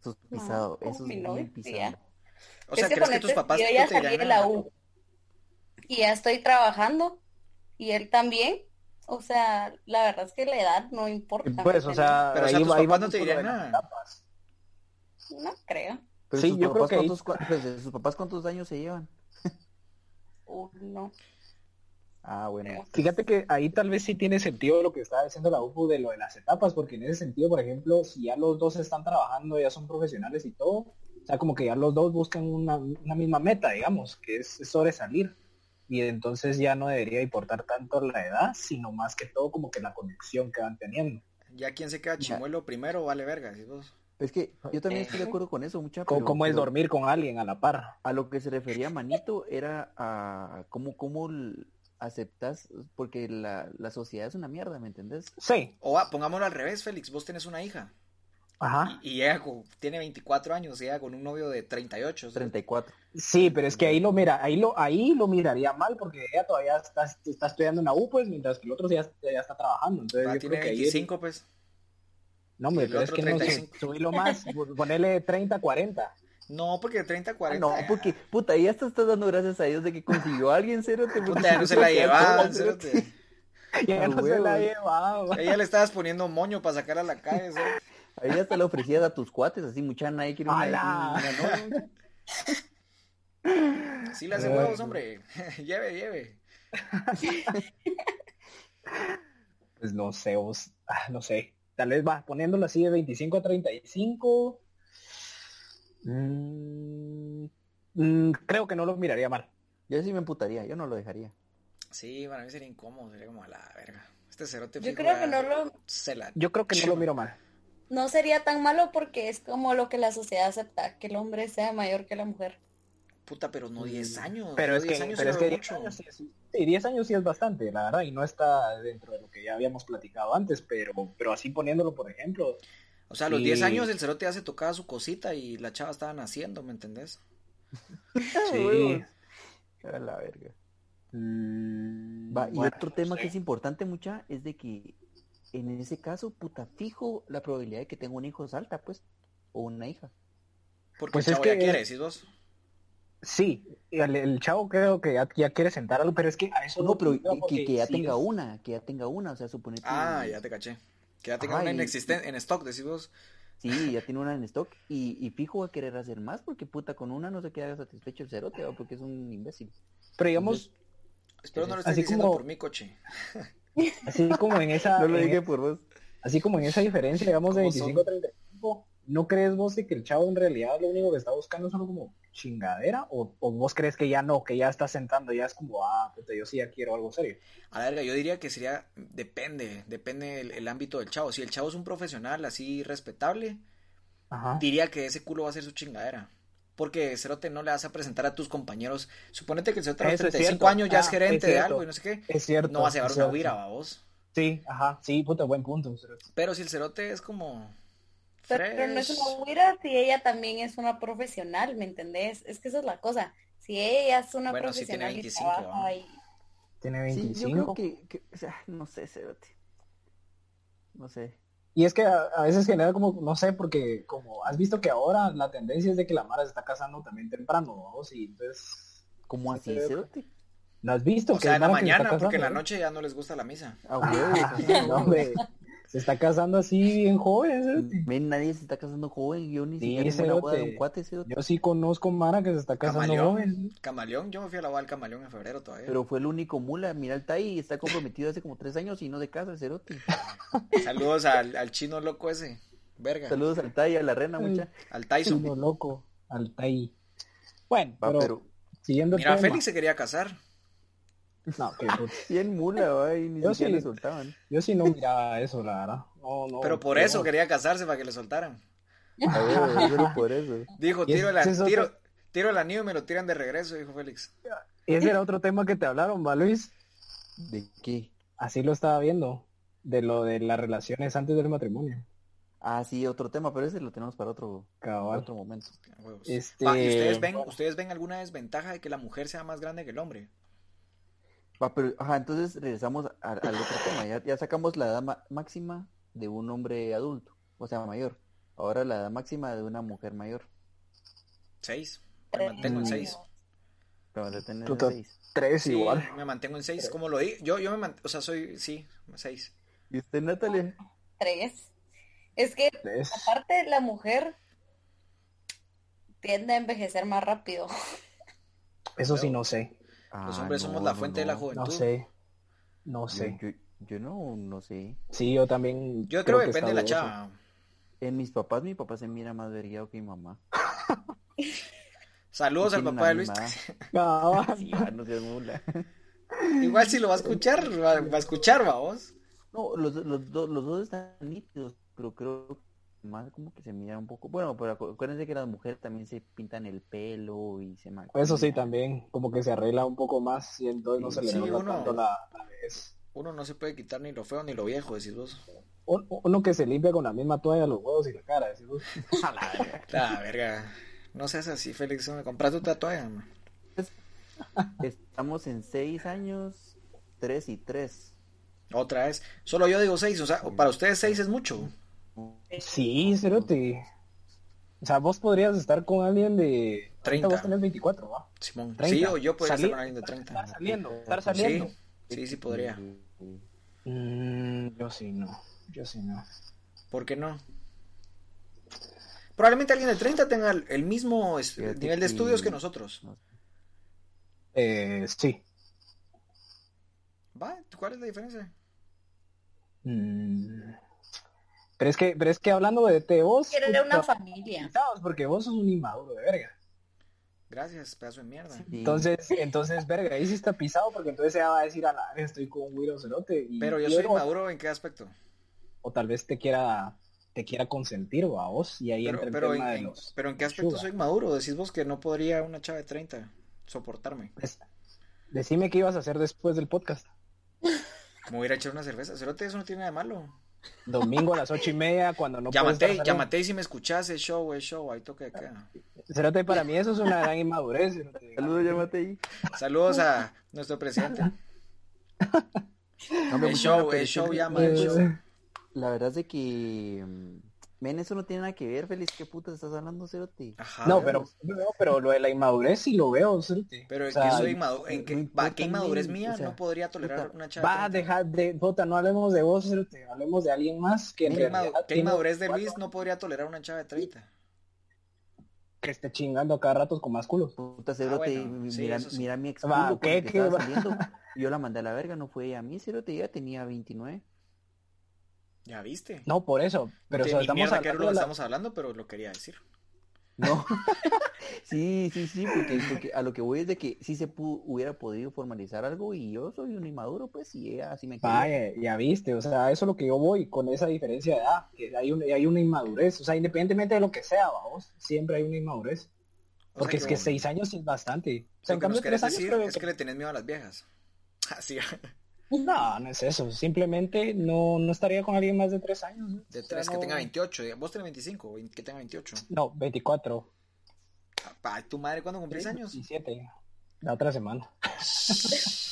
S1: Eso es
S3: No,
S1: pisado,
S3: con
S1: eso es
S3: mi
S1: bien
S3: novia.
S1: pisado.
S2: O sea,
S3: Es
S2: ¿crees
S3: que
S2: que
S3: ponete,
S2: tus papás
S3: yo
S2: te
S3: ya
S2: te
S3: salí de
S2: dirán,
S3: la
S2: "Ah,
S3: U y ya estoy trabajando y él también. O sea, la verdad es que la edad no importa. ¿me
S4: Pues, o
S3: entendés?
S4: sea,
S2: Pero, o sea,
S4: ahí
S2: tus
S4: va- ahí
S2: papás
S4: va
S2: no te
S4: con lo
S2: dirían
S4: de las
S2: nada.
S4: etapas.
S3: No creo.
S1: Pero
S4: Sí,
S1: sus
S4: yo creo
S1: papás
S4: que ahí-
S1: cuántos, cua- pues, sus papás cuántos años se llevan.
S3: Uno.
S1: Ah, bueno.
S3: Creo.
S4: Fíjate que ahí tal vez sí tiene sentido lo que estaba diciendo la UFU de lo de las etapas, porque en ese sentido, por ejemplo, si ya los dos están trabajando, ya son profesionales y todo, o sea, como que ya los dos buscan una, una misma meta, digamos, que es, es sobresalir. Y entonces ya no debería importar tanto la edad, sino más que todo como que la conexión que van teniendo.
S2: Ya quien se queda chimuelo primero, vale verga, decís vos.
S1: Es que yo también estoy
S2: Eh.
S1: de
S3: Ujú.
S1: acuerdo con eso, mucha
S4: Co-
S1: pero-
S4: como el
S1: pero-
S4: dormir con alguien a la par.
S1: a lo que se refería Manito era a cómo, cómo l- aceptas, porque la, la sociedad es una mierda, ¿me entendés?
S4: Sí,
S2: O va, pongámoslo al revés, Félix, vos tenés una hija.
S4: ajá.
S2: Y ella con- tiene 24 años, y ella con un novio de 38. o sea,
S1: 34.
S4: Sí, pero es que ahí lo mira, ahí lo, ahí lo miraría mal porque ella todavía está, está estudiando en la U, pues, mientras que el otro ya, ya está trabajando. Entonces
S2: va,
S4: yo
S2: Ah, tiene
S4: creo que ahí-
S2: 25, pues.
S4: No, hombre,
S2: El
S4: pero es
S2: otro
S4: que no,
S2: 35.
S4: su- subilo más, ponele 30, 40.
S2: No, porque de 30 a
S1: Ah,
S2: 40.
S1: no, porque, puta, ya te estás dando gracias a Dios de que consiguió a alguien, cero. Te
S2: Puta, ya no se la llevaban. cerote.
S4: Ya
S1: Ah,
S4: no se la
S1: huevo.
S4: llevaba.
S2: Ella le estabas poniendo moño para sacar a la calle. cerote.
S1: Ahí hasta le ofrecías a tus cuates, así, mucha nadie quiere una,
S4: ¡Hala!
S1: una novia.
S2: Sí le hace
S4: Ay,
S2: huevos,
S4: no.
S2: hombre. lleve, lleve.
S4: Pues no sé, vos, ah, no sé. Tal vez va poniéndolo así de 25 a 35. Mm, mm, creo que no lo miraría mal.
S1: Yo sí me emputaría, yo no lo dejaría.
S2: Sí, para mí sería incómodo, sería como a la verga. Este cerote
S3: Yo
S2: fijo
S3: creo
S2: ya
S3: que no lo,
S2: se la...
S4: Yo creo que no lo miro mal.
S3: no sería tan malo porque es como lo que la sociedad acepta, que el hombre sea mayor que la mujer.
S2: Puta, pero no 10 años.
S4: Mm, Pero
S2: yo
S4: es que,
S2: 10 años
S4: pero
S2: se
S4: es
S2: lo
S4: que
S2: veo
S4: 10
S2: mucho.
S4: años sí es, sí, 10 años sí es bastante, la verdad, y no está dentro de lo que ya habíamos platicado antes, pero, pero así poniéndolo, por ejemplo,
S2: O sea, a los
S4: Sí.
S2: 10 años el cerote ya se tocaba su cosita y la chava estaba naciendo, ¿me entendés?
S4: Sí.
S1: Ah, Huevos. A la verga.
S4: mm,
S1: Va, y
S4: bueno,
S1: otro
S4: no
S1: tema
S4: sé.
S1: que es importante, mucha, es de que en ese caso, puta, fijo, la probabilidad de que tenga un hijo es alta, pues, o una hija.
S2: Porque
S4: Pues
S2: el
S4: es
S2: chavo ya
S4: que-
S2: quiere, decís vos.
S4: Sí, el, el chavo creo que ya, ya quiere sentar algo, pero es que a eso
S1: No,
S4: lo
S1: pero
S4: iba,
S1: que- que,
S4: porque
S1: que ya
S4: sí
S1: tenga
S4: es-
S1: una, que ya tenga una, o sea, suponete.
S2: Ah, ya te caché. Que ya tenga
S1: Ajá,
S2: una
S1: y-
S2: inexistente en stock, decís vos.
S1: Sí, ya tiene una en stock y, y fijo va a querer hacer más porque puta, con una no se queda satisfecho el cerote, ¿va? porque es un imbécil.
S4: Pero digamos,
S2: Espero no lo
S1: Así
S2: estés diciendo
S4: como-
S2: por mi coche.
S4: así como en esa,
S1: No lo
S4: en-
S1: dije por vos.
S4: así como en esa diferencia, digamos, de
S2: ¿Cómo son?
S4: 25 a 35, ¿no crees vos de que el chavo en realidad lo único que está buscando es algo como chingadera? ¿O, o vos crees que ya no, que ya está sentando, ya es como, ah, puta, yo sí ya quiero algo serio?
S2: A la verga, yo diría que sería, depende, depende el, el ámbito del chavo. Si el chavo es un profesional así respetable,
S4: Ajá.
S2: diría que ese culo va a ser su chingadera. Porque Cerote no le vas a presentar a tus compañeros. Suponete que el Cerote a los
S4: Eso es
S2: 35
S4: cierto.
S2: años ya es
S4: Ah,
S2: gerente
S4: es
S2: de
S4: cierto.
S2: algo y no sé qué.
S4: Es cierto.
S2: No va a llevar
S4: es
S2: una
S4: cierto.
S2: huira, vamos.
S4: Sí, ajá, sí, puta, buen punto.
S2: Pero si el Cerote es como.
S3: Pero, pero no es
S2: fresh,
S3: una güira si ella también es una profesional, ¿me entendés? Es que esa es la cosa. Si ella es una
S2: Bueno, sí tiene
S3: profesional y
S2: 25,
S3: trabaja
S2: ¿ah?
S3: y
S4: Tiene
S1: Sí,
S4: 25.
S1: yo creo que, que- o sea, no sé, cerote. No sé.
S4: Y es que a, a veces genera como, no sé, porque como has visto que ahora la tendencia es de que la Mara se está casando también temprano, ¿no? Sí, entonces,
S1: ¿Cómo así, cerote?
S4: ¿no has visto?
S2: O
S4: que
S2: sea,
S4: hay
S2: en la
S4: Mara que se está
S2: mañana, porque en la
S4: casando?
S2: noche ya no les gusta la misa.
S1: A
S4: Ah,
S1: huevo.
S4: no, hombre. Se está casando así bien joven, ¿eh? cerote.
S1: Ven, nadie se está casando joven, yo ni
S4: Mm. Sí,
S1: siquiera tengo una boda de un
S4: cerote.
S1: cuate, cerote.
S4: Yo sí conozco Mara que se está casando
S2: Camaleón.
S4: joven. ¿eh?
S2: Camaleón, yo me fui a la boda del camaleón en febrero todavía.
S1: Pero fue el único mula, mira el Tai, está comprometido hace como tres años y no se casa, el cerote.
S2: Saludos al, al chino loco ese. Verga.
S1: Saludos al Tai, a la rena,
S4: Mm,
S1: mucha.
S2: Al Tyson.
S4: Chino loco, al Taí. Bueno,
S1: Va,
S4: pero,
S1: pero
S4: siguiendo
S2: Mira,
S4: tema.
S2: Félix se quería casar.
S4: No, qué puta.
S1: bien mula, va, y ni
S4: Yo
S1: siquiera
S4: sí.
S1: le soltaban.
S4: Yo sí no miraba eso, la verdad. No, no,
S2: Pero por
S4: no.
S2: eso quería casarse para que le soltaran.
S1: A huevo, solo por eso.
S2: Dijo,
S4: Y es- pues.
S2: tiro, el a-
S4: ese es otro-
S2: tiro, tiro el anillo y me lo tiran de regreso, dijo Félix.
S4: Ese era otro tema que te hablaron, ¿va, Luis?
S1: ¿De qué?
S4: Así lo estaba viendo. De lo de las relaciones antes del matrimonio.
S1: Ah, sí, otro tema, pero ese lo tenemos para otro, para
S4: Cabal.
S1: otro momento.
S2: A huevos.
S4: Este,
S2: Va, ¿y ustedes ven,
S4: bueno.
S2: ustedes ven alguna desventaja de que la mujer sea más grande que el hombre?
S1: Va, pero, ajá, entonces regresamos a- al otro tema. Ya, ya sacamos la edad ma- máxima de un hombre adulto, o sea, mayor. Ahora la edad máxima de una mujer mayor.
S2: Seis. Me mantengo en
S4: Mm.
S2: seis.
S1: Pero ahora tenés
S4: Puta.
S1: seis.
S4: Tres
S2: Sí,
S4: igual.
S2: me mantengo en seis. Como lo digo, yo, yo me mantengo, o sea, soy, sí, seis.
S1: ¿Y usted, Natalia?
S3: Tres. Es que
S4: Tres.
S3: aparte la mujer tiende a envejecer más rápido.
S4: Eso sí no sé.
S2: Los
S1: Ah,
S2: hombres
S1: no,
S2: somos la
S1: no,
S2: fuente de la
S1: no.
S4: No
S2: juventud.
S4: sé. No
S1: Yo-
S4: sé.
S1: Yo, yo no, no sé.
S4: Sí, yo también.
S2: Yo creo que
S4: está
S2: depende de la
S4: dudoso.
S2: chava.
S1: En mis papás, mi papá se mira más vergueado que mi mamá.
S2: Saludos al
S1: Tiene una
S2: papá de Luis.
S1: mimada.
S4: Cabal.
S1: Sí, va, no seas mula.
S2: Igual si lo va a escuchar, va, va a escuchar, va vos.
S1: No, los, los, dos- los dos están nítidos, pero creo que más como que se miran un poco. Bueno, pero acu- acuérdense que las mujeres también se pintan el pelo y se maquillan.
S4: Eso sí también. Como que se arregla un poco más y entonces no
S1: Sí,
S4: se le
S2: sí,
S4: nota
S2: uno-
S4: tanto la, la vez.
S2: Uno no se puede quitar ni lo feo ni lo viejo, decís vos.
S4: Un- Uno que se limpia con la misma toalla los huevos y la cara. decís vos.
S2: La verga. No seas así, Félix. Me compras tu tatuaje. man.
S1: Estamos en seis años, tres y tres.
S2: Otra vez. Solo yo digo seis. O sea, para ustedes seis es mucho.
S4: Sí, Cerote. O sea, vos podrías estar con alguien de... ahorita
S2: 30.
S4: Vos tenés 24, ¿va?
S2: Simón.
S4: 30.
S2: Sí, o yo podría estar
S4: Salir-
S2: con alguien de 30.
S4: Estar saliendo, estar
S1: Sí.
S4: saliendo.
S2: Sí, sí, sí podría.
S4: Mm, yo sí no. Yo sí no.
S2: ¿Por qué no? Probablemente alguien de 30 tenga el- el mismo es-
S1: Fíjate
S2: nivel de estudios
S1: que-
S2: que nosotros.
S4: Eh, sí.
S2: ¿Va? ¿Cuál es la diferencia?
S4: Mm. Pero es que, pero es que hablando de, de vos...
S3: Quiere una
S4: puta,
S3: familia.
S4: quitaos, porque vos sos un inmaduro de verga.
S2: Gracias, pedazo de mierda.
S1: Sí.
S4: Entonces, entonces, verga, ahí sí está pisado porque entonces ella va a decir a la estoy con un Willow Cerote. y-
S2: Pero yo
S4: y
S2: soy
S4: luego-
S2: maduro en qué aspecto.
S4: o tal vez te quiera te quiera consentir ¿va, vos y ahí
S2: Pero,
S4: entra el
S2: pero, en,
S4: tema de
S2: en-
S4: los
S2: pero en qué
S4: los
S2: aspecto
S4: sugar.
S2: soy maduro. Decís vos que no podría una chava de 30 soportarme.
S4: Des- decime qué ibas a hacer después del podcast
S2: Me voy a ir a echar una cerveza. Cerote, eso no tiene nada de malo.
S4: domingo a las ocho y media cuando no puedes
S2: llámate,
S4: estar saliendo.
S2: llámate y si me escuchas, es show, es show. Ahí toca acá.
S4: Cerote, para mí eso es una gran inmadurez cerote.
S1: Saludos, llámate ahí.
S2: Saludos a nuestro presidente.
S1: No, hombre, mucha
S2: El show,
S1: pena,
S2: el
S1: pero
S2: show
S4: Ah,
S1: sí,
S2: llama,
S1: la-
S2: el show.
S1: La verdad es de que... mm, Men, eso no tiene nada que ver, Félix. ¿Qué puta estás hablando, Cerote?
S2: Ajá.
S4: no pero no, pero lo de la inmadurez sí lo veo cerote.
S2: Pero
S4: O
S2: en
S4: sea,
S2: que soy inmaduro, en
S1: no
S2: que,
S1: importa,
S2: va, qué inmadurez
S1: men,
S2: mía,
S1: o sea,
S2: no podría tolerar
S1: puta,
S2: una
S4: va
S2: chava.
S4: a
S2: de 30.
S4: dejar de puta no hablemos de vos cerote, hablemos de alguien más que en
S2: Qué
S4: realidad
S2: inmadu- qué
S4: tiene-
S2: inmadurez de Luis no podría tolerar una chava de 30.
S4: que esté chingando a cada rato con más culos
S1: Puta cerote,
S2: bueno,
S1: mi-
S2: sí,
S1: mira,
S2: eso sí.
S1: mira mi ex
S4: Va,
S1: culo con
S4: ¿qué,
S1: el que
S4: qué,
S1: estaba
S4: va?
S1: saliendo. Yo la mandé a la verga, no fue a mí, cerote, ya tenía 29.
S2: Ya viste.
S4: no por eso pero o sea,
S2: Tiene
S4: estamos
S2: mierda que era
S4: hablando
S2: lo que
S4: de la-
S2: estamos hablando, pero lo quería decir.
S1: No. Sí, sí, sí, porque, porque a lo que voy es de que sí se pu- hubiera podido formalizar algo y yo soy un inmaduro, pues, y ella así me quedó.
S4: Vaya, Ah, ya viste, o sea, eso es lo que yo voy con esa diferencia de edad, que hay, un- hay una inmadurez, o sea, independientemente de lo que sea, vamos, siempre hay una inmadurez,
S2: O
S4: porque
S2: sea
S4: es que seis años sí es bastante, o
S2: lo
S4: sea, en
S2: que
S4: cambio
S2: nos querés
S4: tres años
S2: decir
S4: creo
S2: es
S4: que-
S2: que le tenés miedo a las viejas. Ah, Así,
S4: no, no es eso, simplemente no, no estaría con alguien más de tres años, ¿no?
S2: de
S4: O sea,
S2: tres que
S4: no-
S2: tenga 28. diga, Vos tenés 25, vein- que tenga 28.
S4: No, 24,
S2: Pa, tu madre, ¿cuándo cumplís años?
S4: 17, la otra semana,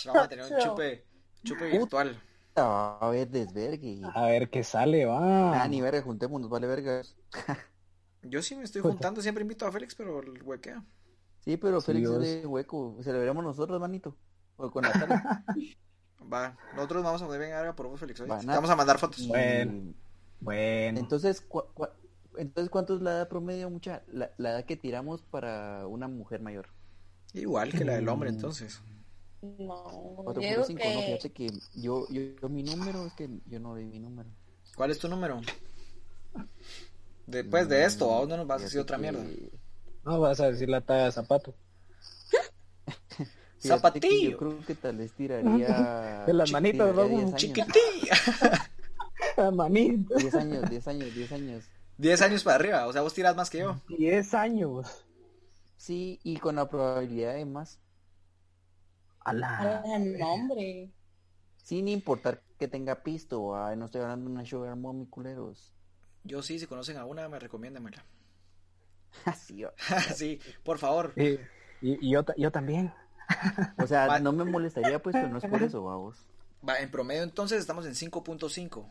S2: Vamos a tener un chupe, chupe virtual.
S1: Ah, Va a haber desvergue.
S4: A ver qué sale, va.
S1: Ah, ni verga, juntémonos, vale verga.
S2: Yo sí me estoy juntando, siempre invito a Félix, pero el huequea.
S1: Sí, pero
S4: Sí,
S1: Félix
S4: Dios.
S1: es de hueco. Celebremos nosotros, manito. O con Natalia.
S2: Va, nosotros vamos a poner bien verga por vos, Félix. ¿oíste?
S1: Va,
S2: Te
S1: nada.
S2: Vamos a mandar fotos.
S1: Y-
S4: Bueno. Bueno,
S1: Entonces, cua- cua- entonces, ¿cuánto es la edad promedio, mucha? La, la edad que tiramos para una mujer mayor.
S2: Igual que la del hombre,
S4: Mm.
S2: entonces.
S3: No, yo digo
S1: 4.5, no,
S3: que
S1: fíjate que yo, yo, yo mi número es que yo no di mi número.
S2: ¿Cuál es tu número? Después de esto, a vos no nos vas a decir
S1: Fíjate
S2: otra mierda.
S1: que-
S4: no vas a decir la talla de zapato.
S1: fíjate que
S2: Zapatillo.
S1: Yo creo que tal vez tiraría...
S4: De las manitas,
S1: tiraría
S4: ¿no?
S1: 10
S4: Como
S1: años.
S2: Chiquitilla.
S4: Manito,
S1: 10 años, 10 años, 10 años.
S2: 10 años para arriba, o sea, vos tirás más que yo.
S4: 10 años.
S1: Sí, y con la probabilidad de más,
S4: Ala.
S3: Ah, no, hombre.
S1: sin importar que tenga pisto, ¿va? no estoy hablando de una sugar mommy culeros.
S2: Yo sí, si conocen a una, me recomiéndamela.
S1: Así, ¿va?
S2: sí, por favor.
S4: Y, y- y yo, ta- yo también.
S1: o sea,
S2: Va-
S1: no me molestaría pues, pero no es por eso, vamos.
S2: Va, en promedio entonces estamos en 5.5.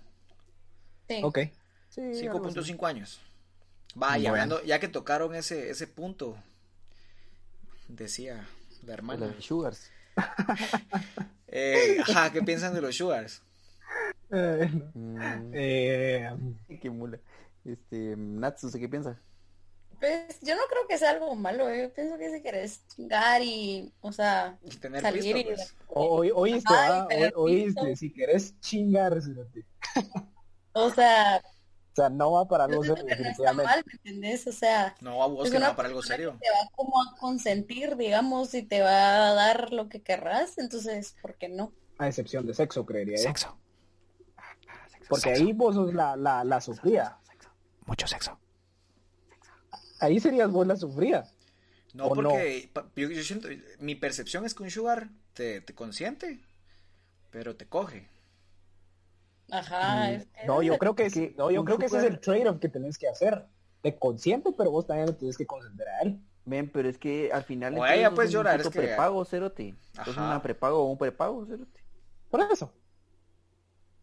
S3: Sí.
S4: Ok.
S1: Sí, algo así.
S2: 5.5 años. Va, y
S4: Bueno.
S2: hablando, ya que tocaron ese, ese punto, decía la
S1: O
S2: hermana.
S1: las sugars.
S2: Eh, ajá, ¿qué piensan de los sugars?
S4: Eh,
S1: Mm,
S4: eh,
S1: qué mula. Este, Natsu, ¿usted ¿qué piensa?
S3: Pues yo no creo que sea algo malo, ¿eh? yo pienso que si querés chingar y, o sea,
S2: Y tener
S3: Salir
S2: pisto,
S3: y-
S2: pues.
S4: o- o- oíste,
S3: Ay,
S4: va,
S3: pero
S4: O- oíste,
S3: listo.
S4: si querés chingar, cerote.
S3: o sea,
S4: o sea, no va para
S3: yo
S4: algo
S3: siento
S4: serio,
S3: que no está
S4: definitivamente.
S3: mal, ¿me entendés? O sea,
S2: No, a vos
S3: Es
S2: que no
S3: una
S2: va para algo serio.
S3: te va como a consentir, digamos, y te va a dar lo que querrás, entonces, ¿por qué no?
S4: A excepción de sexo, creería yo. Porque ahí vos sos la, la, la sufrida.
S2: Mucho sexo.
S4: Ahí serías vos la sufrida.
S2: No,
S4: ¿O no?
S2: porque pa- Yo, yo siento, mi percepción es que un sugar te, te consiente, pero te coge.
S3: Ajá,
S4: Mm,
S3: es que-
S4: No, yo creo que,
S1: es que
S4: sí, no, yo
S1: un
S4: creo que ese es
S1: sugar-
S4: el trade-off que tenés que hacer. Te consiente, pero vos también lo tienes que concentrar a él.
S1: Ven, pero es que al final
S2: O
S1: entonces,
S2: ella,
S1: es
S2: pues,
S1: un
S2: llorar,
S1: puto
S2: es que-
S1: prepago, cerote. Es
S2: Ajá.
S1: una prepago o un prepago, cerote.
S4: Por eso.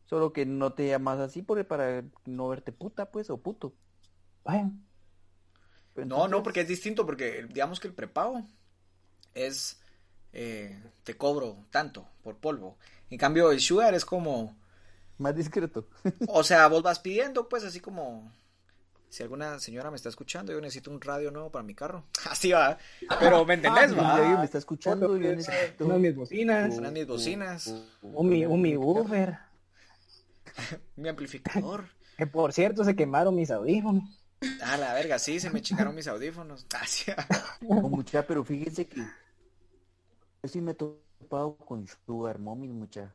S1: Solo que no te llamas así porque para no verte puta, pues, o puto.
S4: Vaya.
S1: Pero
S2: No, no,
S1: entonces,
S2: porque es distinto, porque digamos que el prepago es, eh, te cobro tanto por polvo. En cambio, el sugar es como,
S1: Más discreto.
S2: o sea, vos vas pidiendo, pues así como, si alguna señora me está escuchando, yo necesito un radio nuevo para mi carro. Así va, pero ¿me
S4: Ah,
S2: entendés,
S1: Si
S2: va?
S1: alguien me está escuchando, yo
S4: pues,
S1: necesito...
S4: Unas mis bocinas,
S2: Unas mis bocinas,
S4: un mi, un mi Uber.
S2: mi amplificador.
S4: Que por cierto se quemaron mis audífonos.
S2: Ah, la verga, sí, se me chingaron mis audífonos. Ah, sí.
S1: No, mucha, pero fíjense que yo sí me he topado con sugar mommy, mucha.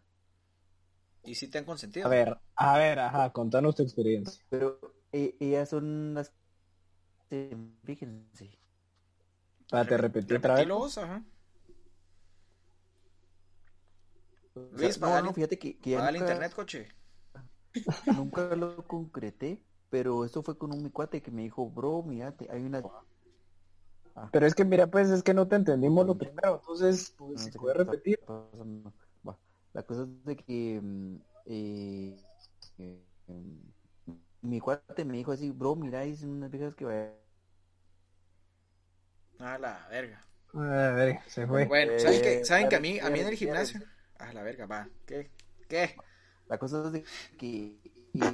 S2: Y sí te han consentido.
S4: A ver, a ver, ajá, contanos tu experiencia.
S1: Pero eh, ellas son las... que- Fíjense.
S4: Para te
S2: Rep-
S4: repetir otra vez.
S2: repetilo vos, ajá.
S1: O sea,
S2: Luis,
S1: no,
S2: paga el
S1: no,
S2: in-
S1: fíjate que, que ya
S2: Paga el
S1: nunca-
S2: internet, coche.
S1: Nunca lo concreté, pero esto fue con un mi cuate que me dijo, bro, mírate, hay una...
S4: Pero es que mira, pues es que no te entendimos lo primero. Entonces,
S1: No
S4: pues, si
S1: sé qué
S4: puedes
S1: está
S4: repetir.
S1: pasando. Va. La cosa es de que mm, eh, eh, mm, mi cuate me dijo así, bro, mira, hay unas viejas que vayan
S2: Ah, la verga.
S4: A ver, se fue.
S2: Bueno, ¿saben, que,
S1: Eh,
S2: ¿saben que a
S1: pero-
S2: mí, a mí en el
S1: pero-
S2: gimnasio? Ah, la verga, va. ¿Qué? ¿Qué?
S1: La cosa es de que que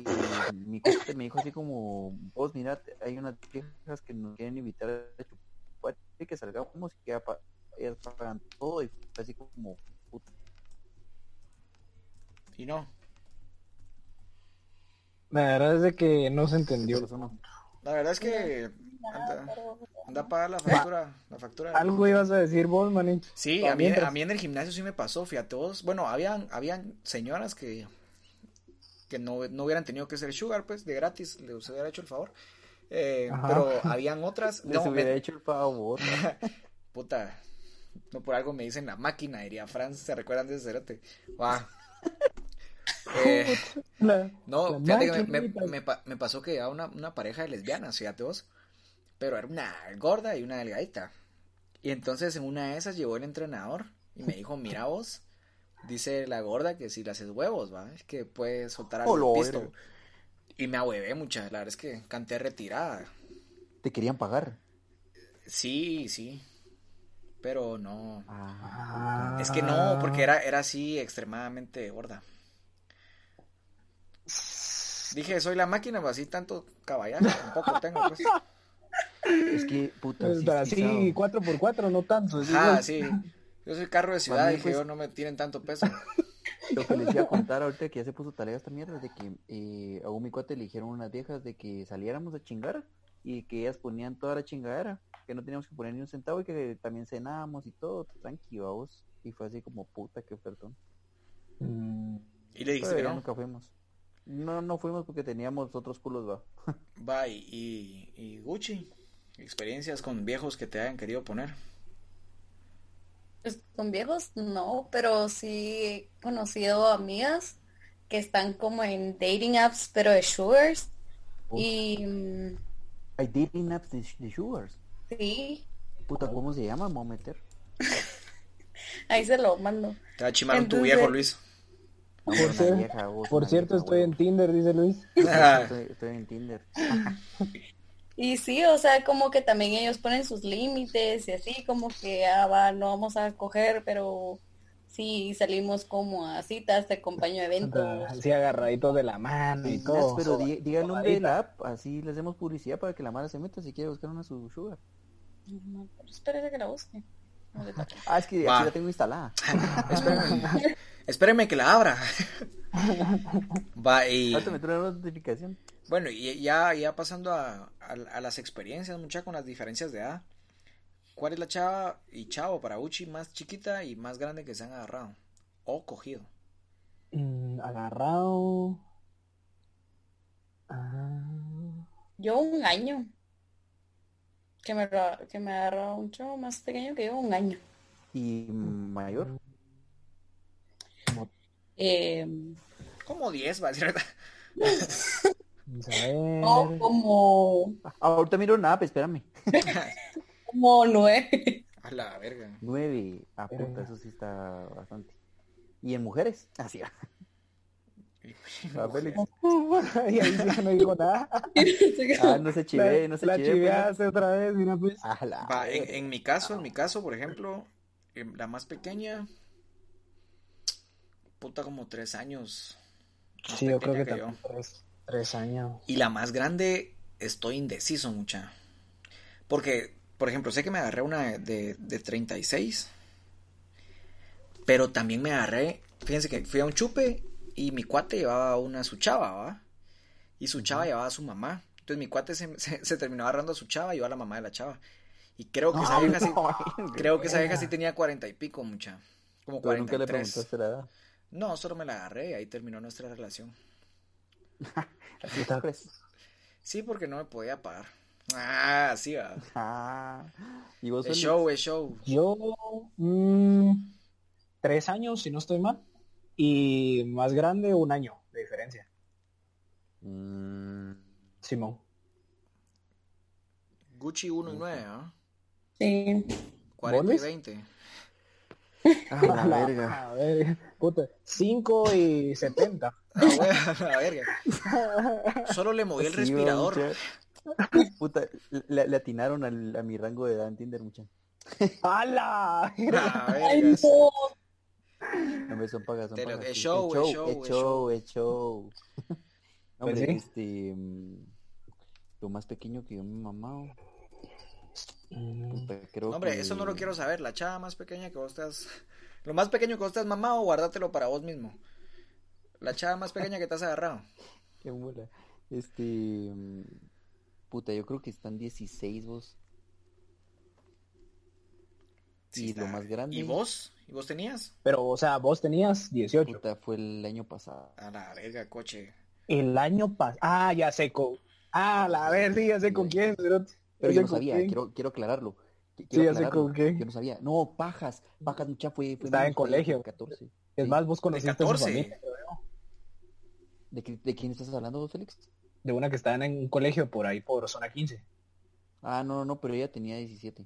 S1: mi cuate me dijo así como, vos mira, hay unas viejas que nos quieren invitar a chupar y que salgamos y que ya pa- ellas pagan todo y fue así como, puta,
S2: Y no.
S4: La verdad es de que no se entendió.
S1: eso no.
S2: La verdad es que
S3: Nada,
S2: anda,
S3: pero-
S2: anda a pagar la factura. La factura.
S4: Algo ibas a decir vos, manito.
S2: Sí,
S4: Va,
S2: a mí, a
S4: mientras.
S2: mí en el gimnasio sí me pasó, fíjate vos. Bueno, habían, habían señoras que, que no, no hubieran tenido que ser sugar, pues, de gratis, les hubiera hecho el favor. Eh,
S4: Ajá.
S2: pero habían otras.
S1: Les
S2: No,
S1: hubiera
S2: me-
S1: hecho el favor.
S2: puta, no por algo me dicen la máquina, diría Franz, ¿se recuerdan de ese cerote? Va. Eh,
S4: La-
S2: no,
S4: la
S2: fíjate que me,
S4: maquinita.
S2: me- me pa- me pasó que llegaba una, una pareja de lesbianas, fíjate vos, pero era una gorda y una delgadita. Y entonces en una de esas llegó el entrenador y me dijo, mira vos, Dice la gorda que si le haces huevos, va, es que puede soltar
S1: Oh,
S2: algo
S1: lo
S2: pisto.
S1: verga.
S2: Y me ahuevé mucha, la verdad es que canté retirada.
S1: Te querían pagar.
S2: Sí, sí. Pero no.
S1: Ah,
S2: Es que no, porque era, era así extremadamente gorda.
S4: Ah,
S2: Dije, soy la máquina, pero así tanto caballaje tampoco tengo, pues.
S1: es que puta, sí,
S4: Para
S1: es
S4: pues, sí,
S1: pisado.
S4: 4x4, no tanto. es
S2: Ah,
S4: igual.
S2: sí. Yo soy carro de ciudad,
S1: Mami,
S2: dije
S1: pues-
S2: yo, no me tienen tanto peso.
S1: Lo que les iba a contar ahorita que ya se puso tarea esta mierda de que eh, a un mi cuate le dijeron unas viejas de que saliéramos a chingar y que ellas ponían toda la chingadera, que no teníamos que poner ni un centavo y que también cenábamos y todo, tranqui, vamos. Y fue así como puta, qué ofertón.
S4: Mm,
S2: Y le dijiste
S1: Pero
S2: que
S1: ya
S2: no.
S1: nunca fuimos. No, no fuimos porque teníamos otros culos, va.
S2: Va, y, y- y Gucci. Experiencias con viejos que te hayan querido poner.
S3: Pues, con viejos no, pero sí he conocido amigas que están como en dating apps, pero de sugars.
S1: Uf.
S3: Y mm,
S1: Hay dating apps de, de sugars.
S3: sí,
S1: Puta, ¿cómo se llama? Me voy a meter.
S3: ahí se lo mando.
S2: Te va a chimar un tu
S3: Entonces-
S2: viejo, Luis.
S1: No,
S4: Por
S1: una
S4: ser-
S1: vieja, vos,
S4: Por
S2: Ah,
S1: una
S4: cierto,
S1: vieja,
S4: estoy
S1: huevo.
S4: en Tinder, dice Luis.
S1: Estoy, estoy en Tinder.
S3: Y sí, o sea, como que también ellos ponen sus límites y así, como que ah, va, no vamos a coger, pero sí salimos como a citas, te acompaño a eventos.
S4: Así agarraditos de la mano y
S1: Nas,
S4: todo.
S1: pero di-
S4: soba-
S1: diga el nombre de
S4: sobadita.
S1: la app, así le hacemos publicidad para que la mara se meta si quiere buscar una su sugar.
S3: Pero espérate Pues que la busque. No le toque.
S1: Ah, es que
S2: Va.
S1: aquí la tengo instalada.
S2: Espérame, espérame que la abra. Va, y.
S1: Ahorita me trae una notificación.
S2: Bueno, y ya, ya pasando a, a- a las experiencias, mucha con las diferencias de edad. ¿Cuál es la chava y chavo para Uchi más chiquita y más grande que se han agarrado? O cogido.
S4: Mm, agarrado. Ah,
S3: Yo un año. Que me, ra- que me agarró un chavo más pequeño que yo, un año.
S1: Y mm, mayor.
S3: Eh,
S2: Como 10, va a decir ¿verdad?
S4: vamos a ver.
S1: Oh,
S3: no, como,
S1: Ah, ahorita miro una app, espérame.
S3: como nueve.
S2: A la verga.
S1: Nueve. Ah,
S4: Pero-
S1: puta, eso sí está bastante. ¿Y en mujeres? Así va. Ah, Félix.
S4: y ahí sí no dijo nada.
S1: Ah, no se chive, no se
S4: la
S1: chive. pues.
S4: chiveaste otra vez, mira pues.
S1: Ah, la
S2: Va, en,
S1: verga.
S2: en mi caso, en mi caso, por ejemplo, em, la más pequeña, puta como 3 años. más
S4: Sí, yo creo
S2: pequeña
S4: que, también tres, tres años.
S2: Y la más grande, estoy indeciso, mucha. Porque, por ejemplo, sé que me agarré una de, de 36, pero también me agarré, fíjense que fui a un chupe y mi cuate llevaba una su chava, ¿va? Y su chava llevaba a su mamá. Entonces mi cuate se, se- se terminó agarrando a su chava y yo a la mamá de la chava. Y creo que esa
S1: No,
S2: vieja sí,
S1: no,
S2: creo que esa vieja
S4: verga.
S2: sí tenía cuarenta y pico, mucha. Como
S1: Pero nunca le
S2: 43.
S1: preguntaste la edad.
S2: No, solo me la agarré y ahí terminó nuestra relación.
S4: Puta,
S1: Pues,
S2: Sí, porque no me podía pagar. Ah, sí, va.
S1: Ah. Y vos,
S2: Es
S1: Félix?
S2: show, es show.
S4: Yo, mm, tres años, si no estoy mal. Y más grande, un año de diferencia.
S1: Mm,
S4: Simón.
S2: Gucci 1 y 9, ¿ah?
S3: Sí.
S2: 40 y
S4: ¿Bolis?
S2: 20.
S1: ah, la
S4: A la-
S1: verga.
S4: a ver, puta, 5 y 70.
S2: Ah, güey, la verga. Solo le moví el
S1: Sí,
S2: respirador.
S1: weón, mucha- Puta, le, le atinaron al- a mi rango de edad en Tinder, mucha.
S4: ¡Hala!
S2: Ah,
S3: Ay,
S2: vergas.
S3: no.
S1: No me son pagas, son
S2: Te lo-
S1: pagas.
S2: es
S1: sí.
S2: show, es show,
S1: es
S2: es
S1: show, es show. No,
S4: Pues
S1: Hombre,
S4: sí.
S1: este... mm, Lo más pequeño que yo me he mamado. Puta, creo
S2: No, Mm. hombre,
S1: que-
S2: eso no lo quiero saber. La chava más pequeña que vos estás. Lo más pequeño que vos estás mamado, guárdatelo para vos mismo. La chava más pequeña que te has agarrado.
S1: Qué mula. Este... mm, Puta, yo creo que están 16 vos.
S2: Sí,
S1: y
S2: está.
S1: lo más grande...
S2: ¿Y vos? ¿Y vos tenías?
S4: Pero, o sea, vos tenías 18.
S1: Puta, fue el año pasado.
S2: A la verga, coche.
S4: El año pasado. Ah, ya sé con. Ah, la ver, sí, ya sé con quién. Pero,
S1: Pero
S4: ya
S1: yo no
S4: sé con
S1: sabía,
S4: quién.
S1: quiero, quiero aclararlo. Qui-
S4: Sí,
S1: Quiero
S4: ya sé
S1: aclararlo.
S4: con qué.
S1: Yo no sabía. No, pajas. Pajas mucha fue, fue
S4: Estaba en
S1: menos, fue de
S4: colegio.
S1: 14.
S4: Es
S1: sí.
S4: más, vos conociste a su
S2: 14.
S4: familia. yo veo.
S1: ¿De, qué- de quién estás hablando vos, Félix?
S4: De una que estaban en un colegio por ahí, por zona 15.
S1: Ah, no, no, pero ella tenía 17.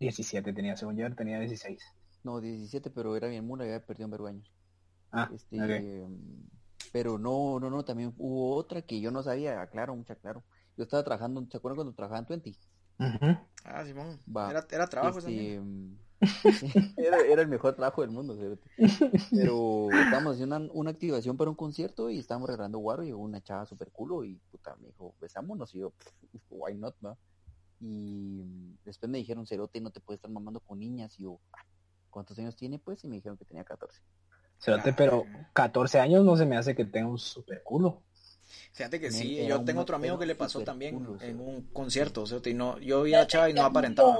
S4: 17 tenía, según yo, tenía 16.
S1: No, 17, pero era bien mula, ya perdió un vergüenza.
S4: Ah,
S1: Este,
S4: ok.
S1: em, pero no, no, no, también hubo otra que yo no sabía, claro, mucha claro. Yo estaba trabajando, ¿se acuerdan cuando trabajaba en Twenty?
S4: Ujú.
S2: Ah, Simón.
S1: Va.
S2: Era, era trabajo esa
S1: Este,
S2: mierda.
S1: mm, era, era el mejor trabajo del mundo, cerote. Pero estábamos haciendo una, una activación para un concierto y estábamos regalando guaro y llegó una chava super culo y puta, me dijo, besámonos y yo, "Pff, why not, no? Y mm, después me dijeron, cerote, no te puedes estar mamando con niñas y yo, "Ah, ¿cuántos años tiene? Pues y me dijeron que tenía 14.
S4: Cerote, pero
S1: Ah.
S4: 14 años no se me hace que tenga un super culo.
S2: Fíjate que
S1: Men,
S2: sí,
S1: era
S2: yo
S1: un
S2: tengo otro amigo
S1: mapero
S2: que le pasó
S1: súper
S2: también
S1: culo, o sea.
S2: en un concierto, o sea, y no, yo vi a la chava y no aparentaba.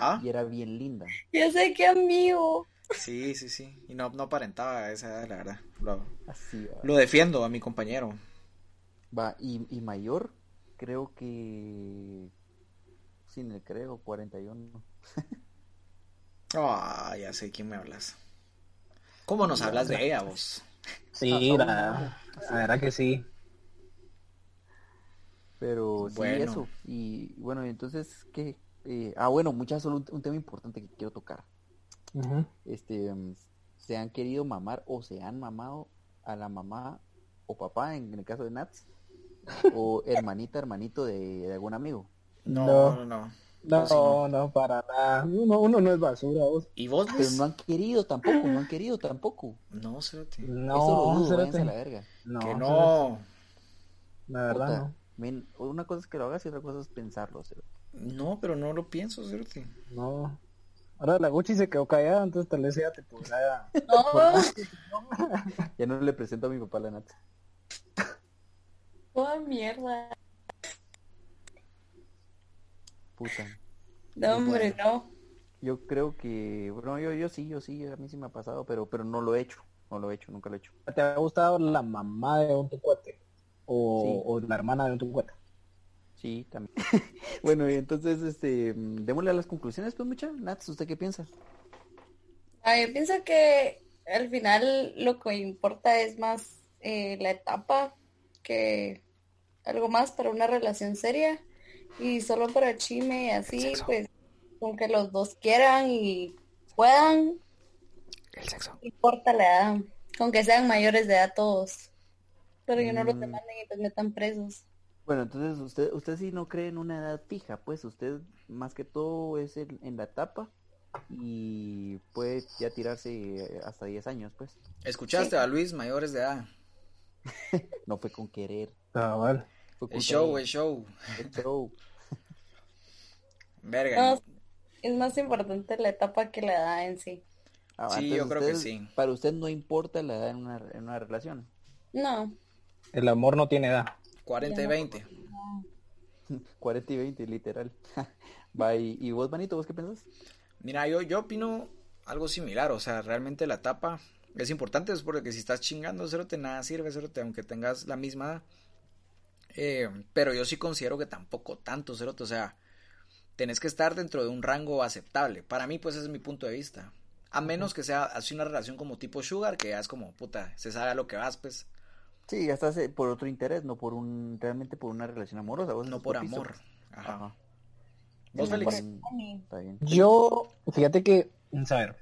S2: Ah,
S1: Y era bien linda.
S3: Ya sé qué amigo.
S2: sí, sí, sí, y no, no aparentaba a esa edad, la verdad. Lo,
S1: Así, ah.
S2: lo defiendo a mi compañero.
S1: Va, y, y mayor, creo que... Sin el creo, 41.
S2: Ah, ya sé quién me hablas. ¿Cómo nos hablas de ella, vos?
S4: Sí,
S1: Ah,
S4: la, la verdad que sí.
S1: Pero sí,
S2: Bueno.
S1: eso. Y bueno, y entonces, ¿qué? Eh, ah, bueno, muchas solo un, un tema importante que quiero tocar.
S4: Ujú.
S1: Este, mm, se han querido mamar o se han mamado a la mamá o papá, en, en el caso de Nats, o hermanita, hermanito de, de algún amigo.
S2: No,
S4: No.
S2: no, no.
S4: No,
S2: sí, no.
S4: no, para nada. Uno, uno no es basura, vos.
S2: ¿Y vos,
S1: Pero
S2: Luis?
S1: no han querido tampoco, no han querido tampoco.
S2: No, cerote.
S1: Eso lo
S4: No,
S1: dudo, váyanse a
S4: cerote.
S1: la verga.
S4: No,
S2: que
S4: cerote.
S2: no.
S4: La verdad
S1: Puta,
S4: no.
S1: men, una cosa es que lo hagas y otra cosa es pensarlo. cerote.
S2: No, pero no lo pienso, cerote.
S4: No. Ahora la Gucci se quedó callada, entonces tal vez ella te podrá...
S3: No,
S1: Ya no le presento a mi papá a la Nats.
S3: toda mierda.
S1: Puta.
S3: No, hombre,
S1: Bueno.
S3: no.
S1: Yo creo que, bueno, yo, yo sí, yo sí, a mí sí me ha pasado, pero, pero no lo he hecho, no lo he hecho, nunca lo he hecho.
S4: ¿Te ha gustado la mamá de un tucuate? O,
S1: Sí.
S4: o la hermana de un tucuate.
S1: Sí, también. bueno, y entonces, este, mm, démosle a las conclusiones, pues, mucha. Nats, ¿usted qué piensa?
S3: Ah, yo pienso que al final lo que importa es más eh, la etapa que algo más para una relación seria y solo para chisme y así,
S2: sexo.
S3: pues con que los dos quieran y puedan,
S2: El sexo.
S3: no importa la edad, con que sean mayores de edad todos, pero que no los
S1: Mm.
S3: demanden y los metan presos.
S1: Bueno, entonces, usted, usted sí no cree en una edad fija, pues, usted más que todo es en, en la etapa y puede ya tirarse hasta 10 años, pues.
S2: ¿Escuchaste
S3: Sí.
S2: a Luis, mayores de edad?
S1: No fue con querer,
S4: Cabal.
S1: fue
S2: El
S1: culpa
S2: show,
S1: de-
S2: el show.
S1: el show.
S2: Verga.
S3: No,
S2: y-
S3: es más importante la etapa que la edad en sí.
S1: Ah,
S2: Sí, yo
S1: entonces
S2: creo que
S1: usted-
S2: sí.
S1: Para usted no importa la edad en una, en una relación.
S3: No.
S4: El amor no tiene edad.
S2: 40 y
S3: Ya no
S2: 20.
S1: 40 y 20, literal. Va, y, y vos, Manito, ¿vos qué pensás?
S2: Mira, yo, yo opino algo similar, o sea, realmente la etapa es importante, es porque si estás chingando, te nada sirve, cerote, aunque tengas la misma edad. Eh, pero yo sí considero que tampoco tanto, cerote, o sea, tenés que estar dentro de un rango aceptable. Para mí, pues, ese es mi punto de vista. A menos que sea así una relación como tipo sugar, que ya es como, puta, se sabe a lo que vas, pues,
S1: Sí, gastas eh, por otro interés, no por un, realmente por una relación amorosa. Vos
S2: no
S1: haces
S2: por
S1: pisto.
S2: amor. Ajá.
S1: Ajá.
S2: ¿Vos,
S1: Mm,
S2: Félix?
S1: Está bien.
S4: Yo, fíjate que, a ver,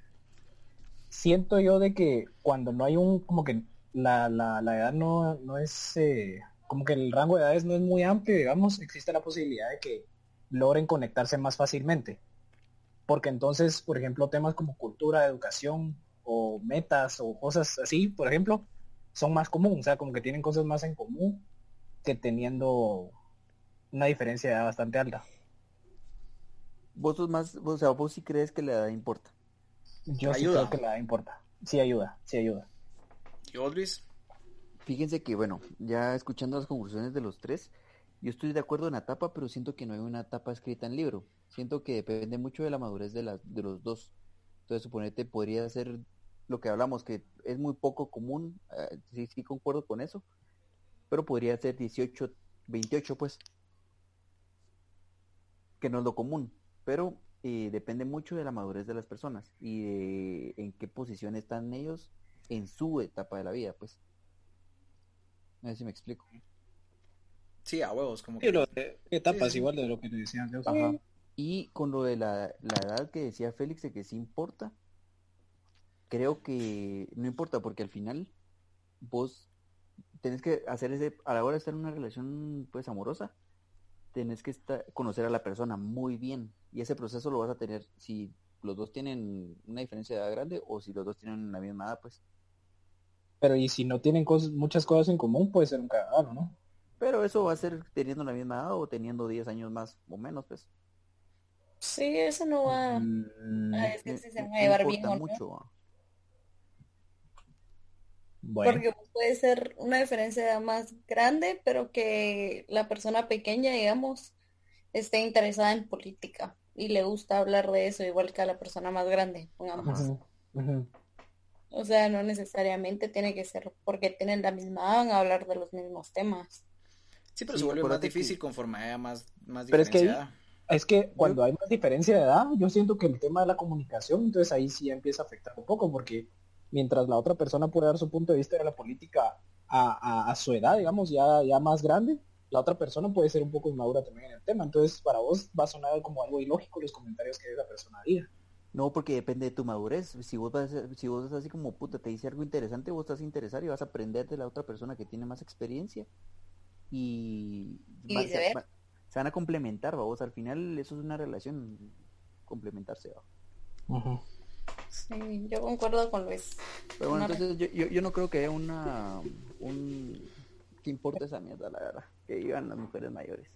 S4: siento yo de que cuando no hay un, como que la, la, la edad no, no es, eh, como que el rango de edades no es muy amplio, digamos, existe la posibilidad de que logren conectarse más fácilmente. Porque entonces, por ejemplo, temas como cultura, educación o metas o cosas así, por ejemplo, son más comunes, o sea, como que tienen cosas más en común que teniendo una diferencia de edad bastante alta.
S1: Vos sos más, vos- o sea, vos sí crees que la edad importa.
S4: Yo sí
S2: Ayuda.
S4: creo que la edad importa. Sí ayuda, sí ayuda.
S2: ¿Y vos, Luis?
S1: Fíjense que, bueno, ya escuchando las conclusiones de los tres, yo estoy de acuerdo en la etapa, pero siento que no hay una etapa escrita en libro. Siento que depende mucho de la madurez de, las de los dos. Entonces, suponete, podría ser lo que hablamos, que es muy poco común, eh, sí, sí concuerdo con eso, pero podría ser 18, 28, pues, que no es lo común, pero eh, depende mucho de la madurez de las personas y de en qué posición están ellos en su etapa de la vida, pues. No sé si me explico.
S2: Sí, a huevos, como
S4: Sí,
S2: que...
S4: lo de etapas
S2: Sí, sí.
S4: igual de lo que te decía antes.
S1: Ajá.
S3: Eh,
S1: Y con lo de la, la edad que decía Félix, de que sí importa, creo que no importa, porque al final vos tenés que hacer ese, a la hora de estar en una relación pues amorosa, tenés que estar, conocer a la persona muy bien. Y ese proceso lo vas a tener si los dos tienen una diferencia de edad grande o si los dos tienen la misma edad, pues.
S4: Pero y si no tienen cosas, muchas cosas en común, puede ser un cagado, ¿no?
S1: Pero eso va a ser teniendo la misma edad o teniendo 10 años más o menos, pues.
S3: Sí, eso no va.
S4: Mm,
S3: Ah, es que sí se
S1: No-
S3: van
S1: no
S3: a llevar bien,
S1: Eh, importa
S3: ¿no?
S1: mucho. ah.
S4: bueno,
S3: Porque pues, puede ser una diferencia de edad más grande, pero que la persona pequeña, digamos, esté interesada en política y le gusta hablar de eso, igual que a la persona más grande, pongamos.
S1: Ajá.
S4: ujú, ujú.
S3: O sea, no necesariamente tiene que ser porque tienen la misma edad, van a hablar de los mismos temas.
S2: Sí, pero
S1: Sí,
S2: se vuelve más
S1: acuérdate
S2: difícil conforme haya más, más
S4: Pero es que ahí-
S2: diferencia.
S4: Es que cuando hay más diferencia de edad, yo siento que el tema de la comunicación, entonces ahí sí ya empieza a afectar un poco, porque mientras la otra persona puede dar su punto de vista de la política a, a- a su edad, digamos, ya, ya más grande, la otra persona puede ser un poco inmadura también en el tema. Entonces, para vos va a sonar como algo ilógico los comentarios que esa persona haría.
S1: No, porque depende de tu madurez. Si vos vas a- si vos estás así como puta, te dice algo interesante, vos estás interesado y vas a aprender de la otra persona que tiene más experiencia. Y,
S3: Y
S1: va- se,
S3: viceversa.
S1: va- se van a complementar, vos Al final eso es una relación, complementarse, ¿va?
S3: Sí, yo concuerdo con Luis.
S1: Pero bueno,
S3: Una-
S1: entonces yo, yo, yo no creo que haya una un que importa esa mierda, la verdad. Que digan las mujeres mayores.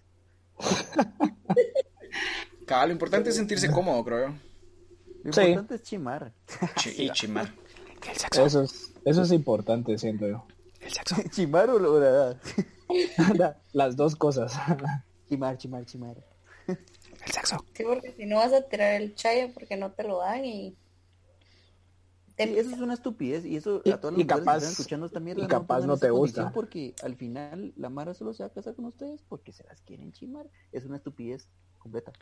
S2: Cada lo importante es sentirse cómodo, creo yo.
S1: Lo
S4: Sí.
S1: importante es chimar.
S2: Chi- y chimar.
S4: Eso es, eso es importante, siento yo.
S1: chimar o la edad.
S4: Las dos cosas.
S1: Chimar, chimar, chimar.
S3: Sí, porque si no vas a tirar el chayo porque no te lo dan y te
S1: Sí, eso es una estupidez y eso
S4: Em, Y-
S1: a todas las
S4: y
S1: mujeres
S4: capaz-
S1: que están escuchando esta mierda
S4: y capaz
S1: pongan
S4: no
S1: esa
S4: te
S1: condición
S4: gusta.
S1: porque al final la Mara solo se va a casar con ustedes porque se las quieren chimar. Es una estupidez completa.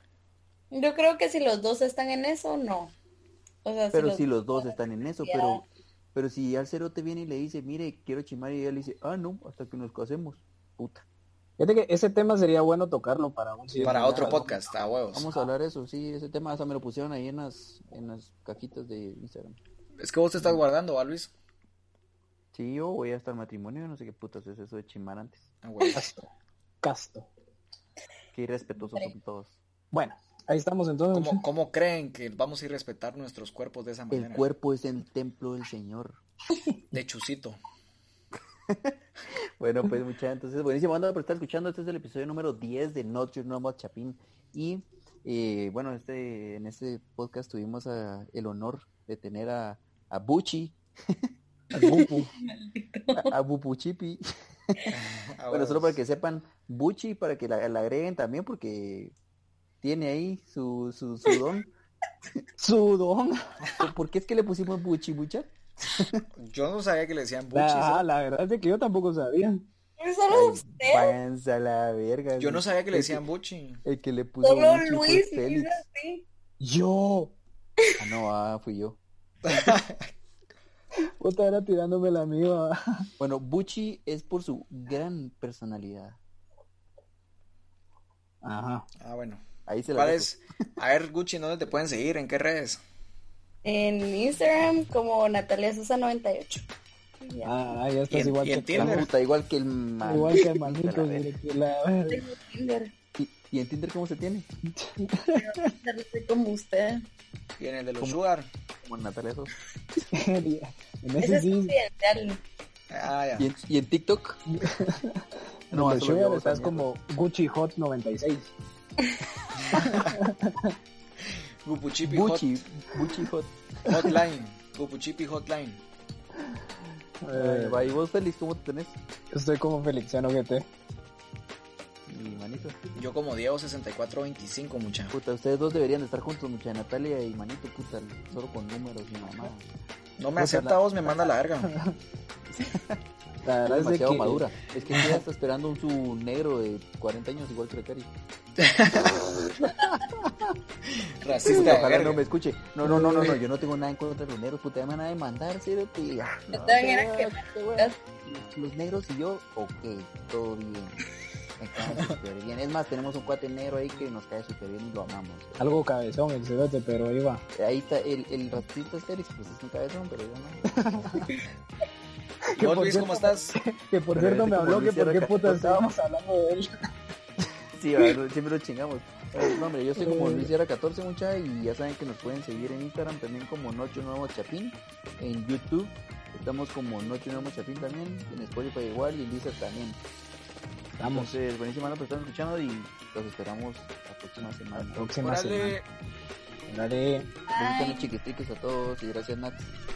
S3: Yo creo que si los dos están en eso, no. O sea,
S1: Pero
S3: los
S1: si los dos
S3: están
S1: están en eso,
S3: Ya.
S1: pero pero si al cero te viene y le dice, mire, quiero chimar y ella le dice, ah, no, hasta que nos casemos. Puta.
S4: Fíjate que ese tema sería bueno tocarlo para un siguiente-
S2: Para otro podcast, a huevos.
S4: Ah.
S1: Vamos a hablar de eso, sí, ese tema hasta me lo pusieron ahí en las, en las cajitas de Instagram.
S2: Es que vos te estás guardando, ¿va, Luis?
S1: Sí, yo voy hasta el matrimonio, no sé qué putas es eso de chimar antes.
S2: A huevos.
S4: Casto. Casto.
S1: Qué irrespetuosos son todos.
S4: Bueno, ahí estamos entonces.
S2: ¿Cómo, cómo creen que vamos a ir a respetar nuestros cuerpos de esa manera?
S1: El cuerpo es el templo del Señor.
S2: De chucito.
S1: Bueno, pues muchas entonces buenísimo, anda por estar escuchando. Este es el episodio número 10 de Not Your Normal Chapín. Y eh, bueno, este, en este podcast tuvimos a- el honor de tener a, a Buchi, a, a Bupuchipi.
S2: A
S1: Bueno,
S2: Ah, huevos.
S1: solo para que sepan, Buchi, para que la, la agreguen también, porque tiene ahí su, su, su don.
S4: Sudón.
S1: ¿Por- ¿Por qué es que le pusimos Buchi, mucha?
S2: Yo no sabía que le decían buchis.
S4: Ah, la verdad es de que yo tampoco sabía.
S3: Solo
S1: Ay,
S3: usted,
S1: Váyanse a la verga.
S2: Yo no
S1: el-
S2: sabía que le
S1: el
S2: decían buchi.
S1: El que le puso
S3: solo
S1: Buchi fue
S3: Luis me hizo
S1: Félix.
S3: así.
S4: Yo.
S1: Ah, no, ah, fui yo.
S4: Puta era tirándome la mía.
S1: Bueno, Buchi es por su gran personalidad.
S4: Ajá.
S2: Ah, bueno.
S1: Ahí se la
S2: ¿Cuál
S1: dejo.
S2: es? A ver, Gucci, ¿dónde te pueden seguir? ¿En qué redes?
S3: En Instagram como Natalia Sosa 98. Ya.
S4: Ah, ya
S2: Y
S4: estás
S2: en-
S4: igual
S2: y
S4: que
S2: en
S1: La
S2: Tinder.
S1: puta, igual que el man.
S4: Igual que el
S1: Puta la
S4: manito.
S1: verga.
S4: directo, la verga.
S3: Tengo Tinder,
S1: ¿Y, y en Tinder cómo se tiene?
S3: ya no soy como usted.
S2: ¿Y en el de los
S1: ¿Cómo?
S2: Sugar?
S1: Como Natalia Sosa.
S4: En
S3: Ese
S4: ese
S3: es
S4: sí.
S3: confidencial.
S2: Ah, ya.
S1: ¿Y en, y en TikTok?
S4: No,
S1: solo yo, esa
S4: estás
S1: mierda.
S4: como Gucci Hot 96.
S2: Gupuchipi Hot-
S1: Buchi, Buchi Hot.
S2: Hotline. Gupuchipi Hotline.
S1: Ay,
S4: Eh,
S1: va, ¿Y vos, Félix, cómo te tenés?
S4: estoy como Feliciano GT.
S1: Mi manito.
S2: Yo como Diego 6425, mucha.
S1: Puta, ustedes dos deberían de estar juntos, mucha Natalia y manito, puta, solo con números y mamá.
S2: No me
S1: Puta,
S2: acepta
S1: la-
S2: vos, me manda la verga.
S4: La
S1: Está
S4: verdad es de
S1: demasiado
S4: que
S1: madura. Es que ella está esperando un su negro de 40 años igual que la Cari.
S2: Racista. de
S1: Ojalá
S2: verga.
S1: no me escuche. No, no, no, no, no, yo no tengo nada en contra de los negros, puta, ya me van a demandar, ¿cierto? tía? Ah, No,
S3: También
S1: te
S3: era
S1: voy a- te voy a- Los negros y yo, ok, todo bien. Entonces, súper bien. Es más, tenemos un cuate negro ahí que nos cae súper bien y lo amamos.
S4: Algo cabezón el cerote, pero ahí va.
S1: Ahí está, el, el ratito es Félix, pues es un cabezón, pero yo no.
S4: Que
S2: ¿Vos,
S4: por
S2: Luis, cómo
S4: cierto-
S2: estás?
S4: Que por
S1: Pero
S4: cierto
S1: es
S4: me
S1: como
S4: habló que
S1: Luis
S4: por qué
S1: Sierra
S4: puta
S1: Cantón.
S4: estábamos hablando de él.
S1: Sí, a ver, siempre lo chingamos. Eh, no, hombre, yo soy como Luis Sierra 14 mucha y ya saben que nos pueden seguir en Instagram también como Noche Nuevo Chapín, en YouTube estamos como Noche Nuevo Chapín también, en Spotify igual y en Deezer también.
S4: Vamos,
S1: Entonces, buenísima la están escuchando y los esperamos la próxima semana.
S4: la próxima
S2: Órale.
S4: semana. Dale.
S1: Bonitas noches chiquitriques a todos y gracias Nats.